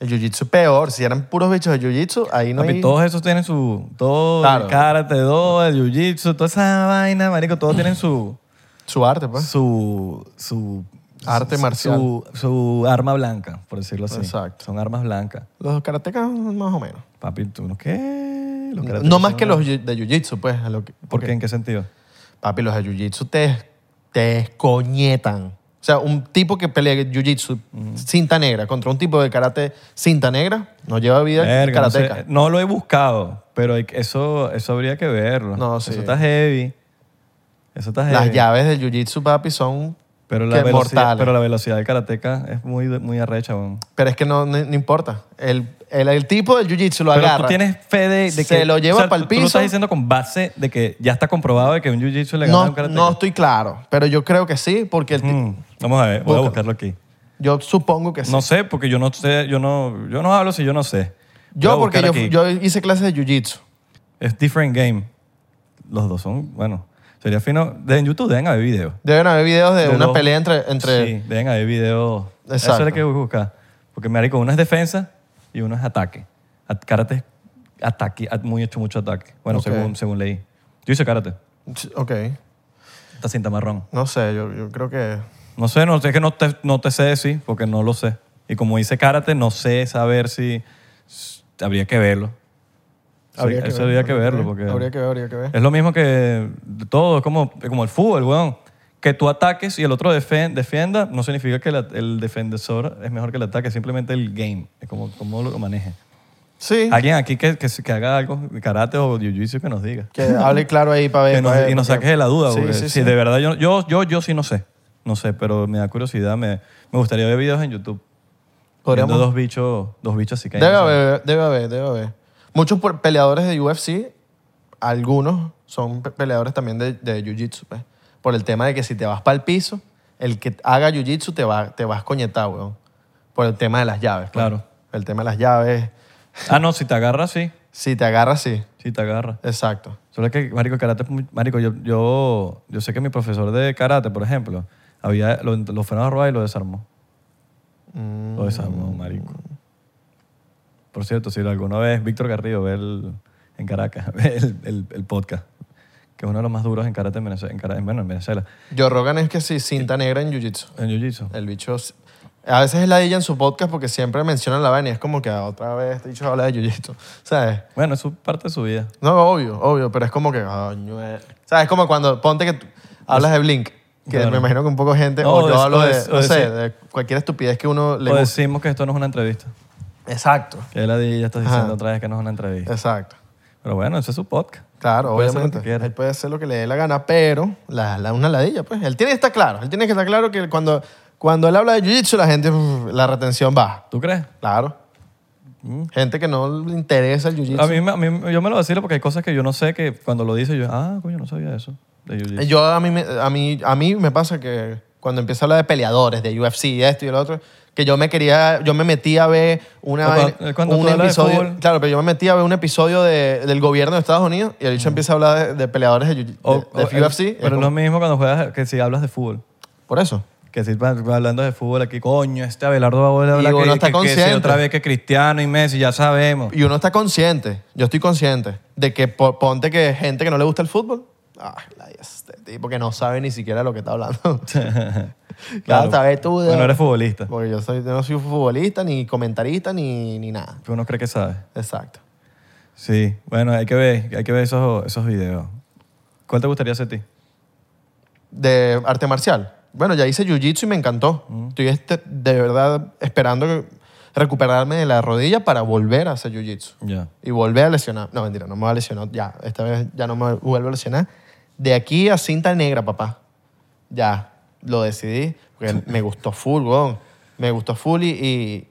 Speaker 1: El jiu-jitsu peor. Si eran puros bichos de jiu-jitsu, ahí no
Speaker 2: Papi,
Speaker 1: hay...
Speaker 2: todos esos tienen su... Todo
Speaker 1: Claro.
Speaker 2: el karate, todo el jiu-jitsu, toda esa vaina, marico, todos tienen su...
Speaker 1: Su arte, pues.
Speaker 2: su, su
Speaker 1: Arte
Speaker 2: su-
Speaker 1: marcial.
Speaker 2: Su, su arma blanca, por decirlo así.
Speaker 1: Exacto.
Speaker 2: Son armas blancas.
Speaker 1: Los karatecas, más o menos.
Speaker 2: Papi, ¿tú no qué? Los karatecas
Speaker 1: No más
Speaker 2: son
Speaker 1: que
Speaker 2: una-
Speaker 1: los jiu- de jiu-jitsu, pues. a lo que-
Speaker 2: ¿Por
Speaker 1: porque-
Speaker 2: qué? ¿En qué sentido?
Speaker 1: Papi, los de jiu-jitsu te, te escoñetan. O sea, un tipo que pelea jiu-jitsu cinta negra contra un tipo de karate cinta negra no lleva vida
Speaker 2: Verga, no,
Speaker 1: karateca.
Speaker 2: sé. No lo he buscado, pero hay que- eso, eso habría que verlo.
Speaker 1: No, sí.
Speaker 2: Eso está heavy. Eso está heavy.
Speaker 1: Las llaves del jiu-jitsu, papi, son
Speaker 2: Pero la,
Speaker 1: que
Speaker 2: velocidad,
Speaker 1: mortales.
Speaker 2: pero
Speaker 1: Pero,
Speaker 2: la velocidad del karateca es muy, muy arrecha, weón.
Speaker 1: es que no, no- no importa. El, el, el tipo del jiu-jitsu lo
Speaker 2: Pero
Speaker 1: agarra.
Speaker 2: tú tienes fe de, de que...
Speaker 1: Se lo lleva pa'l
Speaker 2: tú- Tú lo
Speaker 1: piso.
Speaker 2: estás diciendo con base de que ya está comprobado de que un jiu-jitsu le gana a
Speaker 1: no,
Speaker 2: un karateca.
Speaker 1: no estoy claro, pero yo creo que sí, porque el ti-
Speaker 2: Mm, Vamos a ver, voy
Speaker 1: Búscalo.
Speaker 2: a buscarlo aquí.
Speaker 1: yo supongo que sí.
Speaker 2: No sé, porque yo no sé, yo no, yo no hablo si yo no sé.
Speaker 1: yo
Speaker 2: Voy a
Speaker 1: porque
Speaker 2: buscar
Speaker 1: yo,
Speaker 2: aquí.
Speaker 1: yo hice clases de jiu-jitsu.
Speaker 2: Es different game. Los dos son, bueno, sería fino. De, en YouTube deben haber videos.
Speaker 1: Deben haber videos de,
Speaker 2: De
Speaker 1: Eh, una
Speaker 2: los-
Speaker 1: pelea entre... entre
Speaker 2: Sí, deben haber videos. Eso es
Speaker 1: Exacto.
Speaker 2: lo que voy a buscar. Porque, marico, uno es defensa y uno es ataque. At- karate es ataque, at- muy hecho mucho ataque. Bueno,
Speaker 1: Ok.
Speaker 2: según, según leí. Yo hice karate,
Speaker 1: Ok,
Speaker 2: esta cinta marrón.
Speaker 1: no sé, yo, yo creo que...
Speaker 2: No sé, no sé, es que no te, no te sé decir, porque no lo sé. Y como hice karate, no sé saber si s- habría que verlo. Sí, eso habría que verlo, porque
Speaker 1: Habría que ver, habría que ver.
Speaker 2: es lo mismo que de todo, es como, es como el fútbol, weón. Que tú ataques y el otro defen- defienda no significa que la- el defensor es mejor que el ataque, simplemente el game, es como cómo lo maneje.
Speaker 1: Sí,
Speaker 2: Alguien aquí que, que, se- que haga algo, de karate o jiu-jitsu, que nos diga.
Speaker 1: que hable claro ahí para ver.
Speaker 2: Que nos-
Speaker 1: pa' ver,
Speaker 2: y nos
Speaker 1: porque-
Speaker 2: saques de la duda,
Speaker 1: Sí,
Speaker 2: porque
Speaker 1: sí,
Speaker 2: si
Speaker 1: sí.
Speaker 2: de verdad yo, yo, yo, yo sí no sé. No sé, pero me da curiosidad, me, me gustaría ver videos en YouTube.
Speaker 1: Podríamos-
Speaker 2: Viendo dos bichos, dos bichos así que
Speaker 1: Debe haber, debe haber, debe haber. Muchos por- peleadores de UFC, algunos son pe- peleadores también de, de Jiu-Jitsu, pues. Por el tema de que si te vas para el piso, el que haga Jiu-Jitsu te, va, te vas coñetado, weón. Por el tema de las llaves. pues.
Speaker 2: Claro.
Speaker 1: El tema de las llaves.
Speaker 2: Ah, no, si te agarra, sí.
Speaker 1: Si te agarras, sí.
Speaker 2: Si te agarra.
Speaker 1: Exacto.
Speaker 2: Solo que, marico, el karate es muy- Marico, yo, yo, yo sé que mi profesor de karate, por ejemplo, había, lo, lo fueron a robar y lo desarmó. Lo desarmó,
Speaker 1: Mm.
Speaker 2: marico. Por cierto, si alguna vez Víctor Garrido ve el, en Caracas, ve el, el- el podcast, que es uno de los más duros en karate en Venezuela, en Cara- bueno, en Venezuela,
Speaker 1: Yo Rogan es que sí, cinta negra en Jiu-Jitsu.
Speaker 2: en Jiu-Jitsu.
Speaker 1: El bicho. s- A veces es la ella en su podcast porque siempre mencionan la vaina y es como que "Ah, otra vez este bicho habla de Jiu-Jitsu. ¿Sabes?
Speaker 2: Bueno, eso es parte de su vida.
Speaker 1: No, obvio, obvio, pero es como que, coño, eh. O sea, es como cuando, ponte que tú hablas de Blink, que
Speaker 2: Claro.
Speaker 1: me imagino que un poco gente,
Speaker 2: No,
Speaker 1: o yo
Speaker 2: o de-
Speaker 1: hablo
Speaker 2: o
Speaker 1: de,
Speaker 2: de- o
Speaker 1: no
Speaker 2: de-
Speaker 1: sé, de cualquier estupidez que uno le
Speaker 2: o
Speaker 1: guste.
Speaker 2: decimos que esto no es una entrevista.
Speaker 1: Exacto,
Speaker 2: Que la de ella está diciendo
Speaker 1: Ajá.
Speaker 2: otra vez que no es una entrevista.
Speaker 1: exacto.
Speaker 2: Pero bueno, ese es su podcast.
Speaker 1: Claro,
Speaker 2: Puede hacer lo
Speaker 1: obviamente.
Speaker 2: que quiera.
Speaker 1: él puede hacer lo que le dé la gana, pero la, la- una ladilla, pues. Él tiene que estar claro, él tiene que estar claro que cuando, cuando él habla de jiu-jitsu, la gente, uf, la retención baja.
Speaker 2: ¿Tú crees?
Speaker 1: Claro. Gente que no le interesa el
Speaker 2: Mm. A
Speaker 1: jiu-jitsu.
Speaker 2: mí, me- a mí- yo me lo decía porque hay cosas que yo no sé que cuando lo dice yo, ah, coño, no sabía eso. de jiu-jitsu".
Speaker 1: Eh, Yo a mí, me- a, mí, a mí me pasa que cuando empiezo a hablar de peleadores, de UFC, y esto y el otro, que yo me quería, yo me metí a ver una,
Speaker 2: Pero
Speaker 1: vaina-
Speaker 2: eh, cuando- cuando
Speaker 1: un
Speaker 2: tú hablas de
Speaker 1: episodio,
Speaker 2: fútbol-
Speaker 1: claro, pero yo me metí a ver un episodio de- del gobierno de Estados Unidos y el bicho empieza a hablar de, de peleadores de, jiu-
Speaker 2: O-
Speaker 1: de- de
Speaker 2: o-
Speaker 1: UFC. y es
Speaker 2: Oh, eh, Pero es
Speaker 1: como-
Speaker 2: lo mismo cuando juegas, que si hablas de fútbol.
Speaker 1: Por eso.
Speaker 2: Que si vas hablando de fútbol aquí, coño, este Abelardo va a volver a
Speaker 1: Y
Speaker 2: hablar
Speaker 1: uno
Speaker 2: que,
Speaker 1: está
Speaker 2: que- que si
Speaker 1: consciente.
Speaker 2: otra vez que Cristiano y Messi, ya sabemos.
Speaker 1: Y uno está consciente, yo estoy consciente, de que po- ponte que gente que no le gusta el fútbol, ah, la- este tipo que no sabe ni siquiera lo que está hablando. claro, sabes tú. de-
Speaker 2: Bueno, eres futbolista.
Speaker 1: Porque yo, soy, yo no soy futbolista, ni comentarista, ni, ni nada.
Speaker 2: Que uno cree que sabe.
Speaker 1: Exacto.
Speaker 2: Sí, bueno, hay que ver, hay que ver esos, esos videos. ¿Cuál te gustaría hacer a ti?
Speaker 1: De arte marcial. Bueno, ya hice jiu-jitsu y me encantó. Estoy este- de verdad esperando que- recuperarme de la rodilla para volver a hacer jiu-jitsu.
Speaker 2: Ya.
Speaker 1: Y volver a lesionar. No, mentira, no me voy a lesionar. Ya, esta vez ya no me vuelvo a lesionar. De aquí a cinta negra, papá. Ya, lo decidí. Porque me gustó full, weón. Me gustó full y, y-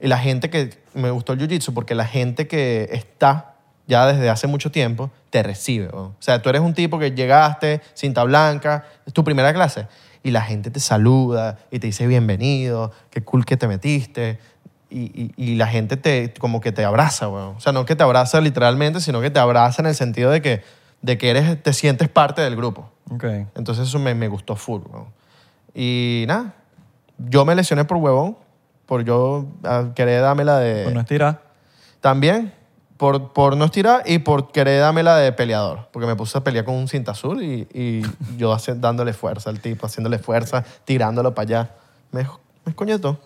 Speaker 1: y la gente que... Me gustó el jiu-jitsu porque la gente que está ya desde hace mucho tiempo te recibe. weón. O sea, tú eres un tipo que llegaste, cinta blanca, es tu primera clase y la gente te saluda y te dice bienvenido, qué cool que te metiste. Y, y- y la gente te, como que te abraza, weón. O sea, no que te abraza literalmente, sino que te abraza en el sentido de que, de que eres, te sientes parte del grupo.
Speaker 2: Ok.
Speaker 1: Entonces eso me, me gustó full, weón. Y nada, yo me lesioné por huevón, por yo ah, querer darme la de...
Speaker 2: Pues no estira.
Speaker 1: También, por, por no estirar y por querer darme la de peleador. Porque me puse a pelear con un cinta azul y, y yo hace- dándole fuerza al tipo, haciéndole fuerza, tirándolo para allá. Me, me escoñetó.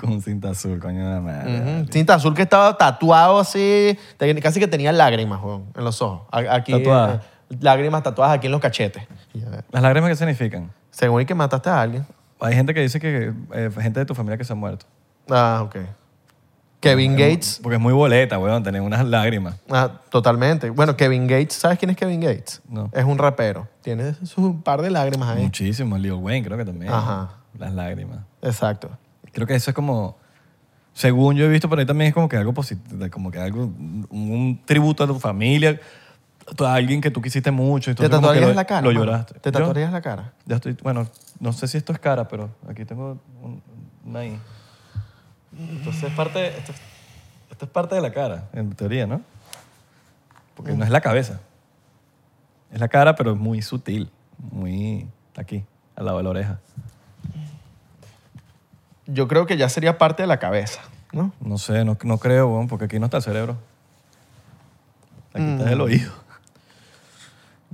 Speaker 2: Con cinta azul, coño de madre.
Speaker 1: Ujú. Cinta azul que estaba tatuado así, te- casi que tenía lágrimas weón, en los ojos. A- Aquí,
Speaker 2: Tatuadas.
Speaker 1: eh, lágrimas tatuadas aquí en los cachetes. Y, eh,
Speaker 2: ¿Las lágrimas qué significan?
Speaker 1: Según y que mataste a alguien.
Speaker 2: Hay gente que dice que eh, gente de tu familia que se ha muerto.
Speaker 1: Ah, ok. Kevin Gates.
Speaker 2: Porque es muy boleta, weón, tener unas lágrimas.
Speaker 1: Ah, totalmente. Bueno, Kevin Gates, ¿sabes quién es Kevin Gates?
Speaker 2: No.
Speaker 1: Es un rapero. Tiene un par de lágrimas ahí.
Speaker 2: Muchísimo. Lil Wayne creo que también.
Speaker 1: Ajá.
Speaker 2: Las lágrimas.
Speaker 1: Exacto.
Speaker 2: Creo que eso es como... Según yo he visto por ahí también es como que algo positivo, como que algo, un, un tributo a tu familia, a alguien que tú quisiste mucho.
Speaker 1: ¿Te
Speaker 2: Entonces, como que
Speaker 1: tatuarías
Speaker 2: lo-
Speaker 1: la cara?
Speaker 2: Lo
Speaker 1: mano?
Speaker 2: lloraste.
Speaker 1: ¿Te
Speaker 2: Yo-
Speaker 1: tatuarías la cara?
Speaker 2: Ya estoy, bueno, no sé si esto es cara, pero aquí tengo un- una ahí. Entonces es parte, esto, es- esto es parte de la cara, en teoría, ¿no? Porque no es la cabeza. Es la cara, pero es muy sutil, muy aquí, al lado de la oreja.
Speaker 1: Yo creo que ya sería parte de la cabeza, ¿no?
Speaker 2: No sé, no, no creo, weón, porque aquí no está el cerebro. Aquí está
Speaker 1: Mm.
Speaker 2: el oído.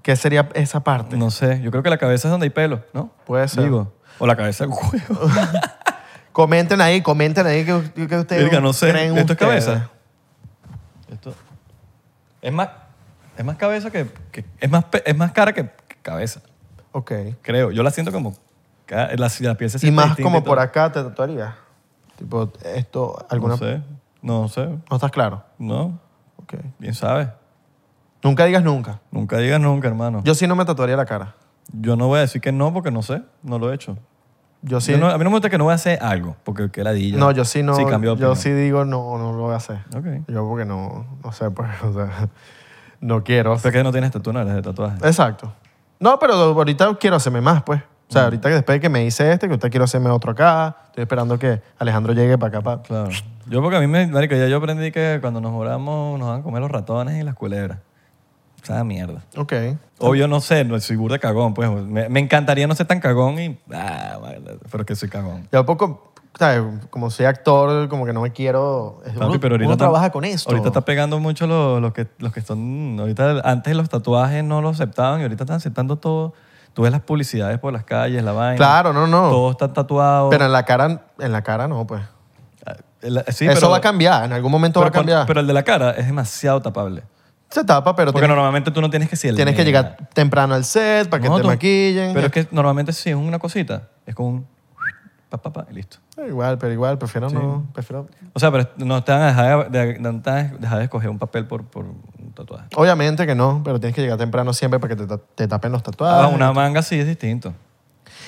Speaker 1: ¿Qué sería esa parte?
Speaker 2: No sé, yo creo que la cabeza es donde hay pelo, ¿no?
Speaker 1: Puede ser.
Speaker 2: Digo, o la cabeza del huevo.
Speaker 1: Comenten ahí, comenten ahí que, que ustedes
Speaker 2: Verga, no sé.
Speaker 1: creen
Speaker 2: ¿Esto es
Speaker 1: ustedes.
Speaker 2: cabeza? Esto. Es más, es más cabeza que. que- es, más, pe- es más cara que, que cabeza,
Speaker 1: Ok.
Speaker 2: creo. Yo la siento como. ca- La, la pieza
Speaker 1: Y
Speaker 2: siente
Speaker 1: más
Speaker 2: distinta
Speaker 1: como por
Speaker 2: todo.
Speaker 1: acá te tatuarías. Tipo, esto, alguna...
Speaker 2: No sé. No sé.
Speaker 1: ¿No estás claro?
Speaker 2: No.
Speaker 1: Ok.
Speaker 2: Quién sabe.
Speaker 1: Nunca digas nunca.
Speaker 2: Nunca digas nunca, hermano. Yo,
Speaker 1: Yo sí no me tatuaría la cara.
Speaker 2: no voy a decir que no porque no sé. No lo he hecho.
Speaker 1: Yo sí...
Speaker 2: Yo no- a mí no me gusta que no voy a hacer algo porque qué ladilla.
Speaker 1: No, yo sí no.
Speaker 2: Sí, cambió de
Speaker 1: yo
Speaker 2: opinión.
Speaker 1: sí digo no, no lo voy a hacer.
Speaker 2: Ok.
Speaker 1: Yo porque no, no sé, pues, o sea, no quiero.
Speaker 2: Pero es que no tienes tatu, no eres de tatuaje.
Speaker 1: Exacto. No, pero ahorita quiero hacerme más, pues. O
Speaker 2: Mm.
Speaker 1: sea, ahorita que después de que me hice este, que usted quiero hacerme otro acá. Estoy esperando que Alejandro llegue para acá. Para...
Speaker 2: Claro. Yo porque a mí me, marico, ya yo aprendí que cuando nos moramos nos van a comer los ratones y las culebras. O sea, mierda.
Speaker 1: Ok.
Speaker 2: Obvio no sé, no soy burda de cagón, pues me, me encantaría no ser tan cagón y ah, vale, pero que soy cagón.
Speaker 1: Ya poco, ¿sabes? Como soy actor, como que no me quiero.
Speaker 2: Papi,
Speaker 1: uno
Speaker 2: pero ahorita
Speaker 1: uno
Speaker 2: está-
Speaker 1: trabaja con esto.
Speaker 2: Ahorita está pegando mucho los, los que los que son ahorita antes los tatuajes no los aceptaban y ahorita están aceptando todo. Tú ves las publicidades por las calles, la vaina.
Speaker 1: Claro, no, no.
Speaker 2: Todo está tatuado.
Speaker 1: Pero en la cara, en la cara no, pues.
Speaker 2: Ah, la- sí,
Speaker 1: Eso
Speaker 2: pero-
Speaker 1: va a cambiar, en algún momento
Speaker 2: pero
Speaker 1: va a
Speaker 2: cuando-
Speaker 1: cambiar.
Speaker 2: Pero el de la cara es demasiado tapable.
Speaker 1: Se tapa, pero
Speaker 2: Porque
Speaker 1: tienes,
Speaker 2: normalmente tú no tienes que ser el
Speaker 1: tienes que
Speaker 2: nena.
Speaker 1: llegar temprano al set para que
Speaker 2: No,
Speaker 1: te
Speaker 2: tú-
Speaker 1: maquillen.
Speaker 2: Pero es que normalmente si es una cosita, es con un pa, pa, pa, y listo.
Speaker 1: Eh, Igual, pero igual, prefiero no. Prefiero...
Speaker 2: O sea, pero no te van a dejar de, de- no te van a dejar de escoger un papel por, por un tatuaje.
Speaker 1: Obviamente que no, pero tienes que llegar temprano siempre para que te, ta- te tapen los
Speaker 2: Ah,
Speaker 1: tatuajes.
Speaker 2: una manga sí es distinto.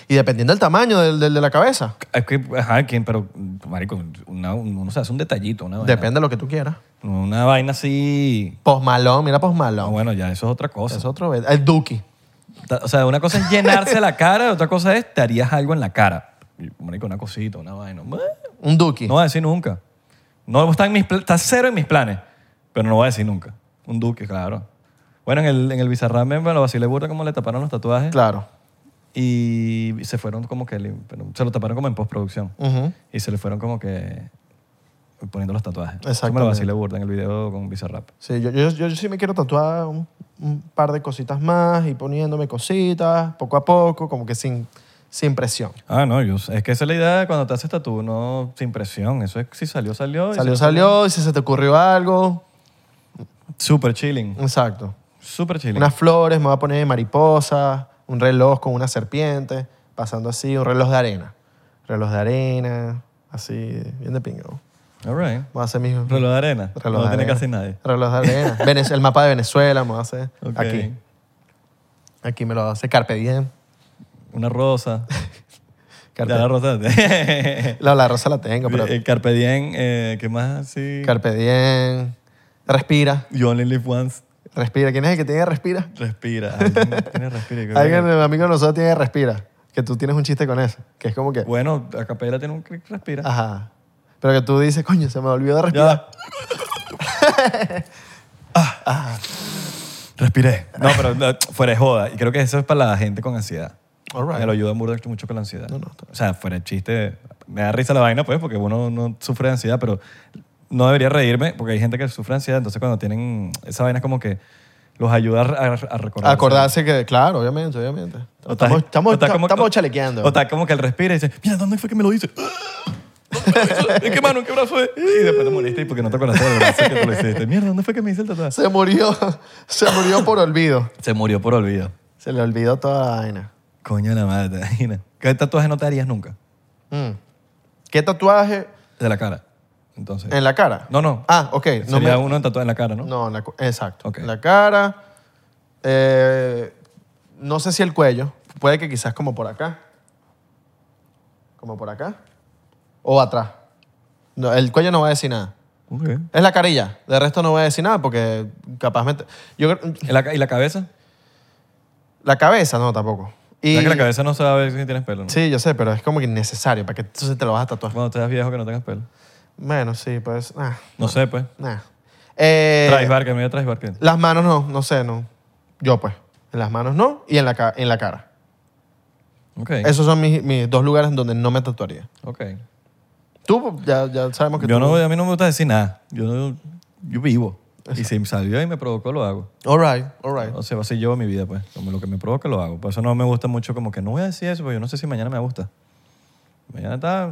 Speaker 1: Y dependiendo del tamaño del, del de la cabeza,
Speaker 2: Es que, ajá, ¿quién? Pero, marico, una- uno se hace un detallito, una vaina.
Speaker 1: depende de lo que tú quieras.
Speaker 2: Una vaina así...
Speaker 1: Post Malone, mira Post
Speaker 2: Ah,
Speaker 1: Malone.
Speaker 2: bueno, ya eso es otra cosa.
Speaker 1: Es otro. bet- El Duki.
Speaker 2: Ta- O sea, una cosa es llenarse la cara, otra cosa es te harías algo en la cara. Y, Marico, una cosita, una vaina. Bueno.
Speaker 1: Un Duki.
Speaker 2: No voy a decir nunca. No está, en mis pla- está cero en mis planes, pero no voy a decir nunca. Un duque, claro. Bueno, en el, en el Bizarrap me lo vacilé burda como le taparon los tatuajes
Speaker 1: Claro.
Speaker 2: y se fueron como que... lim- pero se lo taparon como en postproducción
Speaker 1: Ujú.
Speaker 2: y se le fueron como que poniendo los tatuajes. Eso me lo
Speaker 1: Exactamente.
Speaker 2: vacilé burda en el video con Bizarrap.
Speaker 1: Sí, yo, yo, yo sí me quiero tatuar un, un par de cositas más y poniéndome cositas poco a poco, como que sin, sin presión.
Speaker 2: Ah, no, yo, es que esa es la idea de cuando te haces tatu, no sin presión. Eso es si salió, salió. y
Speaker 1: Salió,
Speaker 2: se-
Speaker 1: salió, y si se te ocurrió algo.
Speaker 2: Súper chilling,
Speaker 1: Exacto.
Speaker 2: súper chilling.
Speaker 1: Unas flores, me voy a poner mariposas, un reloj con una serpiente, pasando así, un reloj de arena. Reloj de arena, así, bien de pingo.
Speaker 2: All right.
Speaker 1: Voy a hacer mis...
Speaker 2: Reloj de arena.
Speaker 1: reloj
Speaker 2: no
Speaker 1: de
Speaker 2: tiene
Speaker 1: arena.
Speaker 2: casi nadie.
Speaker 1: Reloj de arena. Venez- el mapa de Venezuela me voy a hacer
Speaker 2: Ok.
Speaker 1: aquí. Aquí me lo hace Carpe Diem.
Speaker 2: Una rosa.
Speaker 1: Carpe,
Speaker 2: Ya la rotaste.
Speaker 1: la, la rosa la tengo, pero
Speaker 2: El Carpe Diem, eh, ¿qué más? Sí.
Speaker 1: Carpe diem. Respira.
Speaker 2: you only live once.
Speaker 1: Respira. ¿Quién es el que tiene respira?
Speaker 2: Respira. Alguien tiene respira. Yo creo
Speaker 1: Alguien,
Speaker 2: que-
Speaker 1: el amigo de nosotros tiene respira. Que tú tienes un chiste con eso. Que es como que.
Speaker 2: Bueno, a capela tiene un clic respira.
Speaker 1: Ajá. Pero que tú dices, coño, se me olvidó de respirar.
Speaker 2: Ya. Ah. Respiré. No, pero no, fuera de joda. Y creo que eso es para la gente con ansiedad.
Speaker 1: All right.
Speaker 2: Me lo ayuda mucho, mucho con la ansiedad.
Speaker 1: No, no, está
Speaker 2: o sea, fuera de chiste. Me da risa la vaina, pues, porque uno no sufre de ansiedad, pero no debería reírme, porque hay gente que sufre de ansiedad. Entonces, cuando tienen esa vaina, es como que los ayuda a, a recordar.
Speaker 1: Acordarse que, claro, obviamente, obviamente.
Speaker 2: O estás-
Speaker 1: Estamos, estamos,
Speaker 2: o estás como-
Speaker 1: estamos chalequeando.
Speaker 2: O está como que él respira y dice, mira, ¿dónde fue que me lo hice? ¿Dónde me lo hizo? ¿En qué mano? ¿En qué brazo? es?" Y después te molestas porque no te acordaste del brazo que te lo hiciste. Mierda, ¿dónde fue que me hice el tatuaje?
Speaker 1: Se murió, se murió por olvido.
Speaker 2: Se murió por olvido.
Speaker 1: Se le olvidó toda la vaina.
Speaker 2: Coño de la madre, te imaginas. ¿Qué tatuaje no te harías nunca?
Speaker 1: Mm. ¿Qué tatuaje
Speaker 2: De la cara. Entonces.
Speaker 1: en la cara?
Speaker 2: No, no.
Speaker 1: Ah, ok. No,
Speaker 2: Sería
Speaker 1: me-
Speaker 2: uno tatuaje en la cara, ¿no?
Speaker 1: no en la cu- exacto.
Speaker 2: Ok.
Speaker 1: La cara. eh, no sé si el cuello. Puede que quizás como por acá. Como por acá. O atrás. No, el cuello no va a decir nada.
Speaker 2: Ok. ¿En
Speaker 1: Es la carilla. De resto no voy a decir nada porque capaz me... Yo, creo-
Speaker 2: la ca- ¿Y la cabeza?
Speaker 1: la cabeza no, tampoco. Y,
Speaker 2: ¿Sabes que la cabeza no sabe si tienes pelo, no?
Speaker 1: Sí, yo sé, pero es como que innecesario. ¿Para qué entonces te lo vas a tatuar?
Speaker 2: Cuando te das viejo que no tengas pelo.
Speaker 1: Bueno, sí, pues... Nah,
Speaker 2: No sé, pues.
Speaker 1: nah. Eh,
Speaker 2: Travis Barker, mira Travis Barker.
Speaker 1: las manos no, no sé, no. Yo pues. En las manos no y en la, ca- en la cara.
Speaker 2: Ok.
Speaker 1: Esos son mis, mis dos lugares en donde no me tatuaría.
Speaker 2: Ok.
Speaker 1: Tú pues, ya, ya sabemos que tú...
Speaker 2: Yo no, a mí no me gusta decir nada. Yo, no- yo vivo. Y si me salió y me provocó, lo hago.
Speaker 1: All right, all right.
Speaker 2: O sea, así llevo mi vida, pues. Como lo que me provoca, lo hago. Por eso no me gusta mucho como que no voy a decir eso, porque yo no sé si mañana me gusta. Mañana está...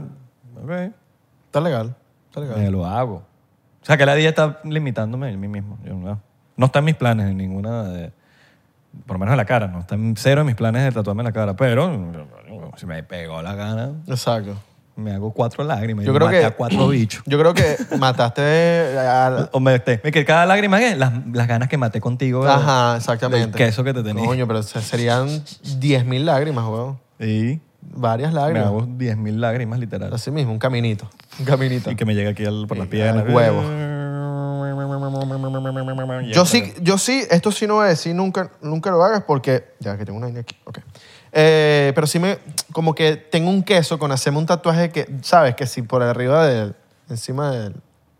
Speaker 2: Ok.
Speaker 1: Está legal, está legal.
Speaker 2: Me lo hago. O sea, que la día está limitándome a mí mismo. Yo no, no está en mis planes, en ninguna de... Por lo menos en la cara. No está en cero en mis planes de tatuarme la cara. Pero si me pegó la gana,
Speaker 1: Exacto.
Speaker 2: me hago cuatro lágrimas.
Speaker 1: Yo creo
Speaker 2: maté
Speaker 1: que-
Speaker 2: a cuatro bichos.
Speaker 1: Yo creo que mataste a,
Speaker 2: O me, te- que cada lágrima es las, las ganas que maté contigo. ¿verdad?
Speaker 1: Ajá, exactamente.
Speaker 2: Del queso que te tenía.
Speaker 1: Coño, pero se- serían 10.000 lágrimas, weón.
Speaker 2: Y
Speaker 1: Varias
Speaker 2: me
Speaker 1: lágrimas.
Speaker 2: hago 10.000 lágrimas, literal.
Speaker 1: Así mismo, un caminito. Un caminito.
Speaker 2: Y que me llegue aquí al- por las
Speaker 1: Y
Speaker 2: piernas.
Speaker 1: al huevo.
Speaker 2: Y
Speaker 1: Yo
Speaker 2: hasta
Speaker 1: sí, yo sí, esto sí no voy a decir, nunca, nunca lo hagas porque... Ya que tengo una vaina aquí, ok. Eh, pero sí me... Como que tengo un queso con hacerme un tatuaje que, ¿sabes? Que si por arriba del... Encima del,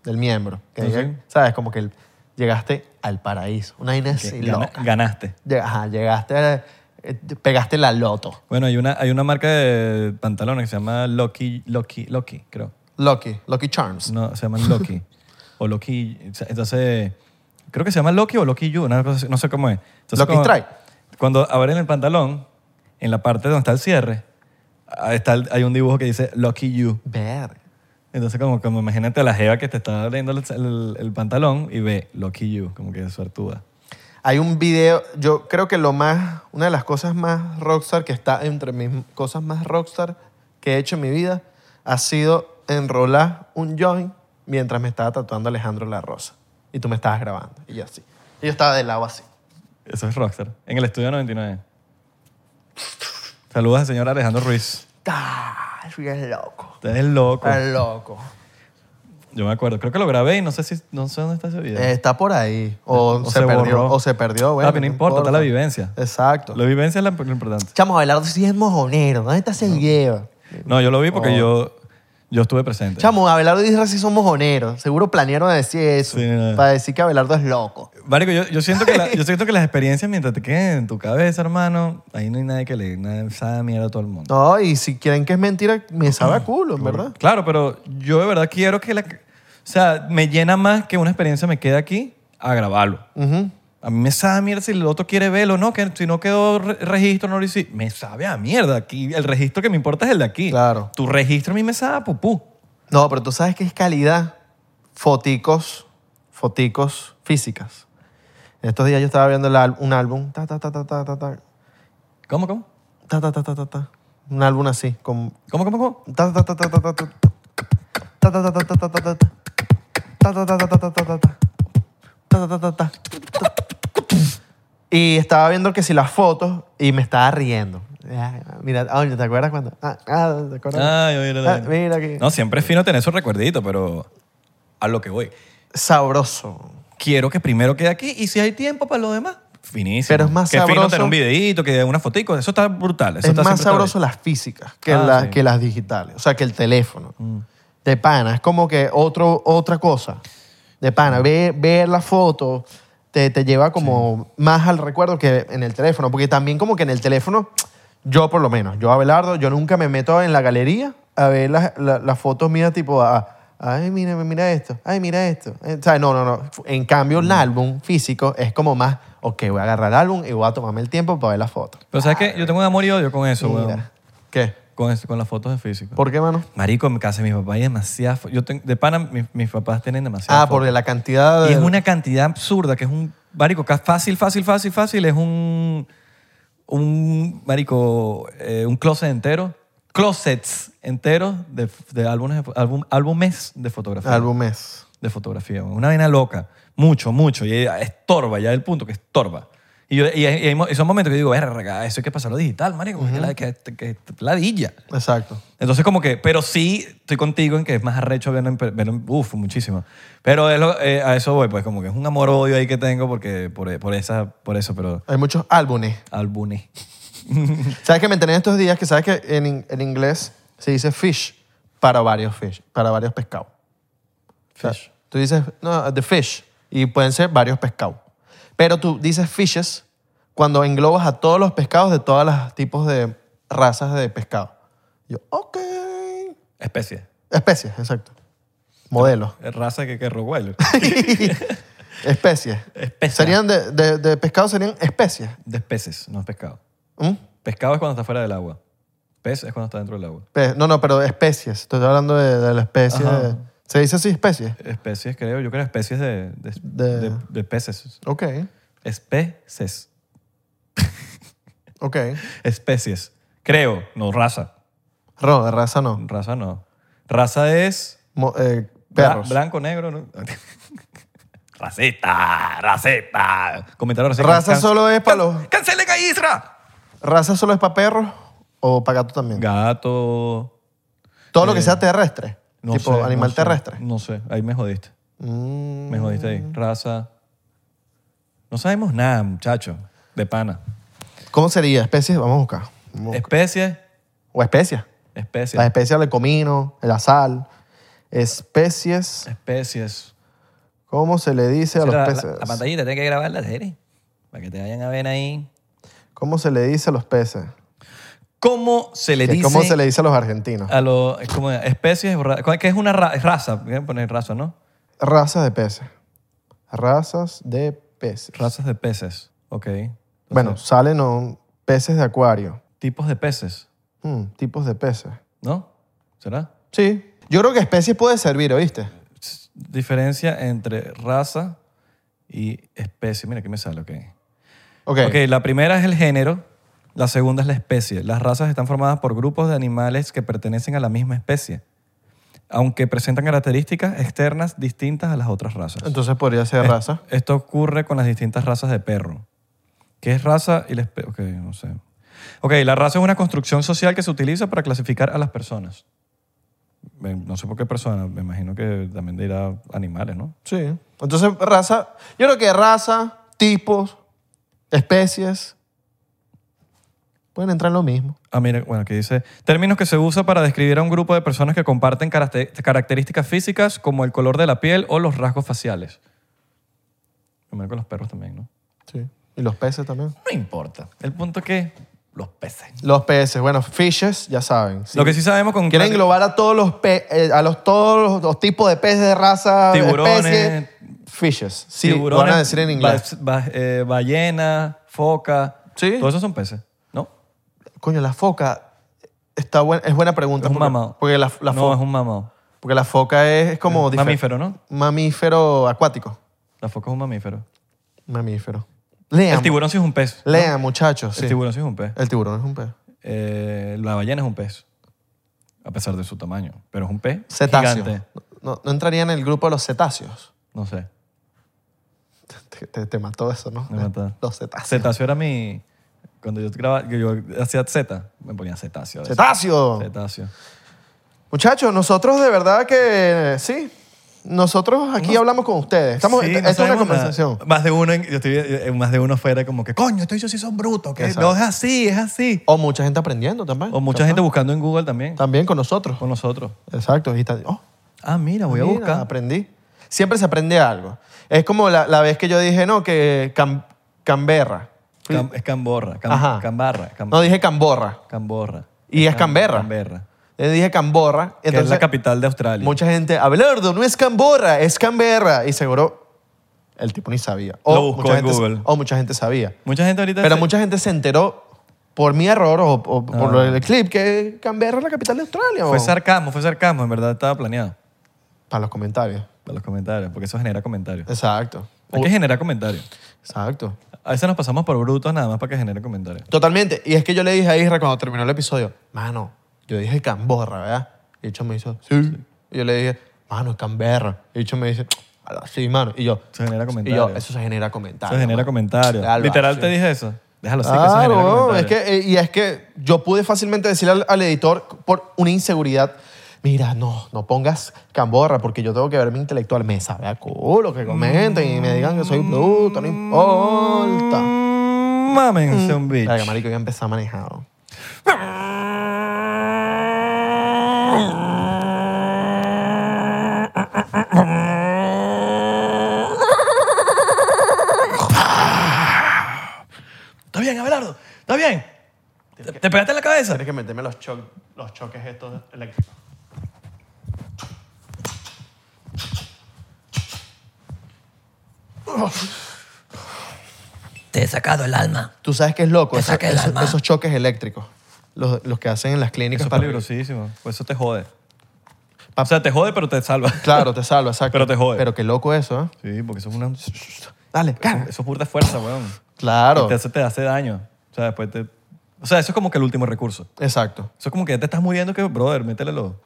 Speaker 1: del miembro. Que
Speaker 2: Sí,
Speaker 1: diga-
Speaker 2: Ah, sí.
Speaker 1: ¿Sabes? Como que el- llegaste al paraíso. Una vaina
Speaker 2: que
Speaker 1: así
Speaker 2: gana-
Speaker 1: loca.
Speaker 2: ganaste.
Speaker 1: Llega- Ajá, llegaste... a- eh, pegaste la loto.
Speaker 2: Bueno, hay una, hay una marca de pantalones que se llama Lucky, Lucky, Lucky, creo.
Speaker 1: Lucky, Lucky Charms.
Speaker 2: No, se llaman Lucky. o Lucky. Entonces, creo que se llama Lucky o Lucky You, una cosa así, no sé cómo es. Entonces,
Speaker 1: Lucky
Speaker 2: cuando-
Speaker 1: Strike.
Speaker 2: Cuando abren el pantalón, en la parte donde está el cierre, ah, está el- hay un dibujo que dice Lucky You.
Speaker 1: Verga.
Speaker 2: Entonces, como, como imagínate a la jeva que te está abriendo el, el- el pantalón y ve Lucky You, como que es suertuda.
Speaker 1: Hay un video, yo creo que lo más, una de las cosas más rockstar que está entre mis cosas más rockstar que he hecho en mi vida ha sido enrolar un joint mientras me estaba tatuando Alejandro La Rosa. Y tú me estabas grabando. Y yo así. Y yo estaba del lado así.
Speaker 2: Eso es Rockstar. En el estudio 99. Saludos al señor Alejandro Ruiz.
Speaker 1: ¡Ah! Es loco.
Speaker 2: Usted es loco.
Speaker 1: Es loco.
Speaker 2: Yo me acuerdo. Creo que lo grabé y no sé, si, no sé dónde está ese video.
Speaker 1: Eh, está por ahí. O,
Speaker 2: O
Speaker 1: se,
Speaker 2: se
Speaker 1: perdió.
Speaker 2: borró.
Speaker 1: O se perdió, bueno.
Speaker 2: Papi, no importa, está la vivencia.
Speaker 1: Exacto.
Speaker 2: La vivencia es la- lo importante.
Speaker 1: Chamo, Abelardo sí es mojonero. ¿Dónde está ese video?
Speaker 2: No, yo lo vi porque
Speaker 1: Oh.
Speaker 2: yo, yo estuve presente.
Speaker 1: Chamo, Abelardo y Isra sí son mojoneros. Seguro planearon decir eso.
Speaker 2: Sí, no.
Speaker 1: Para decir que Abelardo es loco.
Speaker 2: Marico, yo, yo siento que la- yo siento que las experiencias mientras te queden en tu cabeza, hermano, ahí no hay nadie que le dé una- esa mierda a todo el mundo.
Speaker 1: No, y si quieren que es mentira, me sabe a culo, en verdad.
Speaker 2: Claro, pero yo de verdad quiero que la... O sea, me llena más que una experiencia me quede aquí a grabarlo.
Speaker 1: Ujú.
Speaker 2: A mí me sabe a mierda si el otro quiere verlo, ¿no? Que si no quedó re- registro, no lo hice. Me sabe a mierda. Aquí, el registro que me importa es el de aquí.
Speaker 1: Claro.
Speaker 2: Tu registro a mí me sabe a pupú.
Speaker 1: No, pero tú sabes que es calidad. Foticos, foticos físicas. En estos días yo estaba viendo el al- un álbum. Ta, ta, ta, ta, ta, ta, ta,
Speaker 2: ¿Cómo, cómo?
Speaker 1: ta, ta, ta, ta, ta, ta. Un álbum así, con...
Speaker 2: ¿Cómo, cómo, cómo?
Speaker 1: Ta, ta, ta, ta, ta, ta, ta. Ta, ta, ta, ta, ta, ta, ta, ta. Ta, ta, ta, ta, ta, ta, ta, ta, ta. Ta, ta, ta, ta, ta. Y estaba viendo que si las fotos y me estaba riendo. Ay, Mira, ah, oye, ¿te acuerdas cuando? Ah, ah, ¿te acuerdas?
Speaker 2: Ay, mira,
Speaker 1: Ah, mira aquí.
Speaker 2: No, siempre es fino tener esos recuerditos, pero a lo que voy.
Speaker 1: Sabroso.
Speaker 2: Quiero que primero quede aquí y si hay tiempo para lo demás, finísimo.
Speaker 1: Pero es más
Speaker 2: Qué fino
Speaker 1: sabroso-
Speaker 2: tener un videíto, que una fotico. Eso está brutal. Eso
Speaker 1: es
Speaker 2: está
Speaker 1: más
Speaker 2: siempre está
Speaker 1: sabroso las físicas que,
Speaker 2: Ah,
Speaker 1: las-
Speaker 2: sí. Mm.
Speaker 1: que las digitales. O sea, que el teléfono. De pana. Es como que otro, otra cosa. De pana. Ve- Ver, la foto te, te lleva como más al recuerdo que en el teléfono. Porque también como que en el teléfono, yo por lo menos, yo Abelardo, yo nunca me meto en la galería a ver las la- las fotos mías tipo a... Ay, mira, mira esto. Ay, mira esto. Eh, O sea, no, no, no. En cambio,
Speaker 2: Mm.
Speaker 1: el álbum físico es como más, ok, voy a agarrar el álbum y voy a tomarme el tiempo para ver las fotos.
Speaker 2: Pero ¿sabes qué? Yo tengo un amor y odio con eso,
Speaker 1: Mira.
Speaker 2: weón.
Speaker 1: ¿Qué?
Speaker 2: Con, eso- con las fotos de físico.
Speaker 1: ¿Por qué, mano?
Speaker 2: Marico, en casa de mis papás hay demasiadas fo- Yo ten- de pana, mis, mis papás tienen demasiadas
Speaker 1: Ah, porque la cantidad de...
Speaker 2: Y es una cantidad absurda, que es un... Marico, ca- fácil, fácil, fácil, fácil, es un... Un, marico, eh, un closet entero, closets enteros de, de álbumes, de fo- álbum- álbumes de fotografía.
Speaker 1: Álbumes.
Speaker 2: De fotografía, una vaina loca. Mucho, mucho. Y ella estorba, ya el punto que estorba. Y, yo, y, y hay mo- y son momentos que yo digo, verga, eso hay que pasarlo digital, marico, porque la- que, que, ladilla.
Speaker 1: Exacto.
Speaker 2: Entonces, como que, pero sí estoy contigo en que es más arrecho verlo en. per- verlo en- uf, muchísimo. Pero es lo- eh, a eso voy, pues como que es un amor-odio ahí que tengo porque, por, por esa, por eso, pero.
Speaker 1: Hay muchos álbumes.
Speaker 2: Álbumes.
Speaker 1: ¿Sabes que me enteré en estos días que sabes que en, in- en inglés se dice fish para varios fish, para varios pescados? O sea,
Speaker 2: Fish.
Speaker 1: tú dices, no, the fish, y pueden ser varios pescados. Pero tú dices fishes cuando englobas a todos los pescados de todos los tipos de razas de pescado. Yo, ok.
Speaker 2: Especies.
Speaker 1: Especies, exacto. Modelos.
Speaker 2: Raza que, que roguelo.
Speaker 1: Especies.
Speaker 2: Especies.
Speaker 1: Serían de, de, de pescado, serían especies.
Speaker 2: De especies, no es pescado.
Speaker 1: ¿Mm?
Speaker 2: Pescado es cuando está fuera del agua. Pez es cuando está dentro del agua.
Speaker 1: Pe- No, no, pero de especies. Te Estoy hablando de, de la especie.
Speaker 2: Ajá.
Speaker 1: de- ¿Se dice así especies?
Speaker 2: Especies, creo, yo creo especies de. De,
Speaker 1: De-
Speaker 2: de- de peces.
Speaker 1: Ok,
Speaker 2: Especies.
Speaker 1: ok.
Speaker 2: Especies. Creo, no raza.
Speaker 1: No, de raza no.
Speaker 2: Raza no. Raza es.
Speaker 1: Mo- eh,
Speaker 2: Bla-
Speaker 1: perros.
Speaker 2: Blanco, negro. ¿no? raceta, raceta. Comentario racista.
Speaker 1: Raza solo es pa' los-
Speaker 2: ¡Cancelen a Isra!
Speaker 1: ¿Raza solo es para perros o para gatos también?
Speaker 2: Gato.
Speaker 1: Todo lo que
Speaker 2: eh,
Speaker 1: sea terrestre.
Speaker 2: No
Speaker 1: tipo
Speaker 2: sé,
Speaker 1: animal
Speaker 2: no sé,
Speaker 1: terrestre.
Speaker 2: no sé, ahí me jodiste.
Speaker 1: Mm,
Speaker 2: Me jodiste ahí. Raza. No sabemos nada, muchacho. De pana.
Speaker 1: ¿Cómo sería? Especies, vamos a buscar.
Speaker 2: Eh,
Speaker 1: Vamos a buscar.
Speaker 2: Especies.
Speaker 1: O especies. Las
Speaker 2: Especies.
Speaker 1: especies del comino, el azal. Especies.
Speaker 2: Especies.
Speaker 1: ¿Cómo se le dice a
Speaker 2: Mira,
Speaker 1: los
Speaker 2: la,
Speaker 1: peces?
Speaker 2: la- la pantallita tiene que grabar la serie. Para que te vayan a ver ahí.
Speaker 1: ¿Cómo se le dice a los peces?
Speaker 2: ¿Cómo se le
Speaker 1: Que
Speaker 2: dice?
Speaker 1: ¿Cómo se le dice a los argentinos?
Speaker 2: a los es como especies ra- ¿cuál- que es una ra- raza voy a poner raza no
Speaker 1: Razas de peces. Razas de peces.
Speaker 2: razas de peces ok Entonces,
Speaker 1: bueno, salen no, peces de acuario.
Speaker 2: tipos de peces
Speaker 1: Hmm, tipos de peces.
Speaker 2: no será
Speaker 1: Sí. Yo creo que especies puede servir, ¿oíste?
Speaker 2: S- diferencia entre raza y especie mira aquí me sale ok
Speaker 1: Ok.
Speaker 2: ok la primera es el género la segunda es la especie las razas están formadas por grupos de animales que pertenecen a la misma especie aunque presentan características externas distintas a las otras razas
Speaker 1: Entonces podría ser
Speaker 2: Es-
Speaker 1: raza.
Speaker 2: Esto ocurre con las distintas razas de perro. ¿Qué es raza y la especie? Ok, no sé. Ok, la raza es una construcción social que se utiliza para clasificar a las personas. Eh, No sé por qué personas, me imagino que también dirá animales, ¿no?
Speaker 1: Sí. Entonces raza. Yo creo que raza, tipos, especies. Pueden entrar en lo mismo.
Speaker 2: Ah, mira, bueno, aquí dice, términos que se usa para describir a un grupo de personas que comparten caracte- características físicas como el color de la piel o los rasgos faciales. Me imagino que los perros también, ¿no?
Speaker 1: Sí. Y los peces también.
Speaker 2: No importa. El punto es que los peces.
Speaker 1: Los peces. Bueno, fishes, ya saben. sí.
Speaker 2: Lo que sí sabemos con...
Speaker 1: Quieren englobar a todos los pe- eh, a los todos los, los tipos de peces de raza,
Speaker 2: Tiburones.
Speaker 1: especies, fishes. Sí,
Speaker 2: tiburones,
Speaker 1: lo van a decir en inglés.
Speaker 2: ba- ba- eh, ballena, foca.
Speaker 1: Sí.
Speaker 2: Todos esos son peces, ¿no?
Speaker 1: Coño, la foca está buena, es buena pregunta.
Speaker 2: Es un
Speaker 1: porque-
Speaker 2: mamado.
Speaker 1: Porque la, la
Speaker 2: no,
Speaker 1: fo-
Speaker 2: es un mamado.
Speaker 1: porque la foca es, es como difer-
Speaker 2: Mamífero, ¿no?
Speaker 1: mamífero acuático.
Speaker 2: La foca es un mamífero.
Speaker 1: Mamífero. Lean.
Speaker 2: El tiburón sí es un pez.
Speaker 1: Lean, muchachos. sí.
Speaker 2: El tiburón sí es un pez.
Speaker 1: El tiburón es un pez.
Speaker 2: Eh, la ballena es un pez. A pesar de su tamaño. Pero es un pez
Speaker 1: Cetáceo.
Speaker 2: gigante.
Speaker 1: No, no entraría en el grupo de los cetáceos.
Speaker 2: No sé.
Speaker 1: Te, te- te mató eso, ¿no?
Speaker 2: Me mató.
Speaker 1: Los cetáceos.
Speaker 2: Cetáceo era mi, Cuando yo, grababa, que yo hacía Z, me ponía cetáceo. a veces.
Speaker 1: ¡Cetáceo!
Speaker 2: Cetáceo.
Speaker 1: Muchachos, nosotros de verdad que sí. Nosotros aquí hablamos con ustedes. Estamos,
Speaker 2: Sí, no
Speaker 1: esta es una
Speaker 2: sabemos nada.
Speaker 1: conversación.
Speaker 2: Más de uno, en- yo estoy, eh, más de uno fuera como que, coño, estos yo sí son brutos, que
Speaker 1: Exacto.
Speaker 2: no es así, es así.
Speaker 1: O mucha gente aprendiendo también.
Speaker 2: O mucha gente buscando en Google también,
Speaker 1: También con nosotros.
Speaker 2: con nosotros.
Speaker 1: Exacto. Y está, oh,
Speaker 2: Ah, mira, voy a
Speaker 1: mira,
Speaker 2: buscar.
Speaker 1: Aprendí. Siempre se aprende algo. Es como la, la vez que yo dije, no, que cam- Canberra. Fui-
Speaker 2: Cam- es Camborra, Cam-
Speaker 1: Ajá.
Speaker 2: Cambarra, Cam-
Speaker 1: No, dije Camborra.
Speaker 2: Camborra.
Speaker 1: Y es
Speaker 2: Cam-
Speaker 1: Canberra.
Speaker 2: Canberra.
Speaker 1: Le dije Camborra.
Speaker 2: que es
Speaker 1: Entonces,
Speaker 2: la capital de Australia.
Speaker 1: mucha gente, Abelardo, no es Camborra, es Canberra. Y seguro el tipo ni sabía.
Speaker 2: Lo buscó
Speaker 1: mucha
Speaker 2: en
Speaker 1: gente-
Speaker 2: Google.
Speaker 1: O mucha gente sabía.
Speaker 2: Mucha gente ahorita...
Speaker 1: Pero
Speaker 2: se-
Speaker 1: mucha gente se enteró por mi error o, o por
Speaker 2: Ah.
Speaker 1: el clip que Canberra es la capital de Australia.
Speaker 2: Fue
Speaker 1: o-
Speaker 2: sarcasmo, fue sarcasmo. En verdad estaba planeado
Speaker 1: Para los comentarios.
Speaker 2: para los comentarios, porque eso genera comentarios.
Speaker 1: Exacto.
Speaker 2: Hay que generar comentarios.
Speaker 1: Exacto.
Speaker 2: A veces nos pasamos por brutos nada más para que genere comentarios.
Speaker 1: Totalmente. Y es que yo le dije a Isra cuando terminó el episodio, mano, yo dije Camborra, ¿verdad? Y el chamo me hizo, sí. Y yo le dije, mano, es Canberra. Y el chamo me dice, "Ala, sí, mano. Y yo,
Speaker 2: Se genera
Speaker 1: y
Speaker 2: comentarios.
Speaker 1: yo, eso se genera comentario.
Speaker 2: Se genera
Speaker 1: mano".
Speaker 2: comentarios.
Speaker 1: Déjalo
Speaker 2: Literal
Speaker 1: así.
Speaker 2: te dije eso. Déjalo así que se
Speaker 1: Claro,
Speaker 2: genera
Speaker 1: weón, es
Speaker 2: comentarios.
Speaker 1: que, eh, y es que yo pude fácilmente decirle al, al editor por una inseguridad, mira, no, no pongas camborra porque yo tengo que verme intelectual. Me sabe a culo que comenten y me digan que soy bruto, no importa.
Speaker 2: Mm, Mámense un bicho.
Speaker 1: Venga, marico, ya empezar a manejar. weón.
Speaker 2: ¿Está bien, Abelardo? ¿Está bien? ¿Te, te pegaste en la cabeza?
Speaker 1: Tienes que meterme los, cho- los choques estos eléctricos.
Speaker 4: Te he sacado el alma.
Speaker 1: Tú sabes que es loco,
Speaker 4: Te
Speaker 1: esa-
Speaker 4: saqué el
Speaker 1: esos,
Speaker 4: alma.
Speaker 1: esos choques eléctricos, los, los que hacen en las clínicas
Speaker 2: Eso es
Speaker 1: para-
Speaker 2: peligrosísimo. Pues eso te jode. O sea, te jode, pero te salva.
Speaker 1: Claro, te salva, exacto.
Speaker 2: Pero te jode.
Speaker 1: Pero qué loco eso, ¿eh?
Speaker 2: Sí, porque eso es una... Eso
Speaker 1: Dale, cara.
Speaker 2: es burda fuerza, weón.
Speaker 1: Claro,
Speaker 2: Te hace, te hace daño. O sea, después te... O sea, eso es como que el último recurso.
Speaker 1: exacto.
Speaker 2: Eso es como que ya te estás muriendo que, brother, métele lo...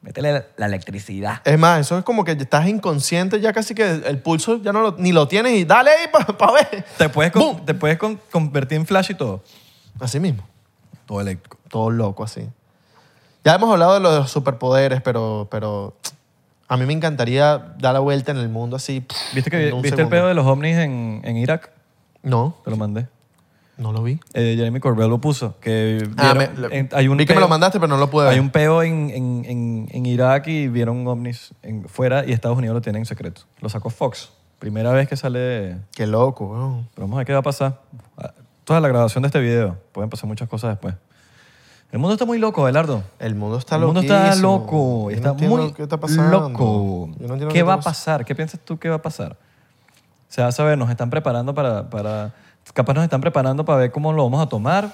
Speaker 4: Métele la electricidad.
Speaker 1: Es más, eso es como que estás inconsciente, ya casi que el pulso ya no lo- ni lo tienes y dale ahí para ver.
Speaker 2: Te puedes, con-
Speaker 1: ¡Bum!
Speaker 2: te puedes con- convertir en flash y todo.
Speaker 1: Así mismo,
Speaker 2: Todo eléctrico.
Speaker 1: todo loco así. Ya hemos hablado de los, de los superpoderes, pero, pero a mí me encantaría dar la vuelta en el mundo así.
Speaker 2: ¿Viste, que,
Speaker 1: en un
Speaker 2: ¿viste el
Speaker 1: segundo.
Speaker 2: pedo de los ovnis en, en Irak?
Speaker 1: No,
Speaker 2: Te lo mandé.
Speaker 1: no lo vi.
Speaker 2: Eh, Jeremy Corbell lo puso. Que
Speaker 1: Ah,
Speaker 2: vieron-
Speaker 1: me- lo-
Speaker 2: en- hay un
Speaker 1: vi que me
Speaker 2: peo-
Speaker 1: lo mandaste, pero no lo pude ver.
Speaker 2: Hay un peo en, en- en- en Irak y vieron ovnis en- fuera y Estados Unidos lo tienen en secreto. Lo sacó Fox. Primera vez que sale...
Speaker 1: Qué loco, weón.
Speaker 2: Pero vamos a ver qué va a pasar. Ah, Toda la grabación de este video. Pueden pasar muchas cosas después. El mundo está muy loco, Belardo.
Speaker 1: El mundo está
Speaker 2: el
Speaker 1: loco.
Speaker 2: mundo está loco. Está muy
Speaker 1: ¿Qué está pasando?
Speaker 2: loco.
Speaker 1: Yo no entiendo
Speaker 2: ¿Qué
Speaker 1: qué
Speaker 2: va a
Speaker 1: está pas-
Speaker 2: pasar? ¿Qué piensas tú que va a pasar? Se va a saber, nos están preparando para, para... Capaz nos están preparando para ver cómo lo vamos a tomar.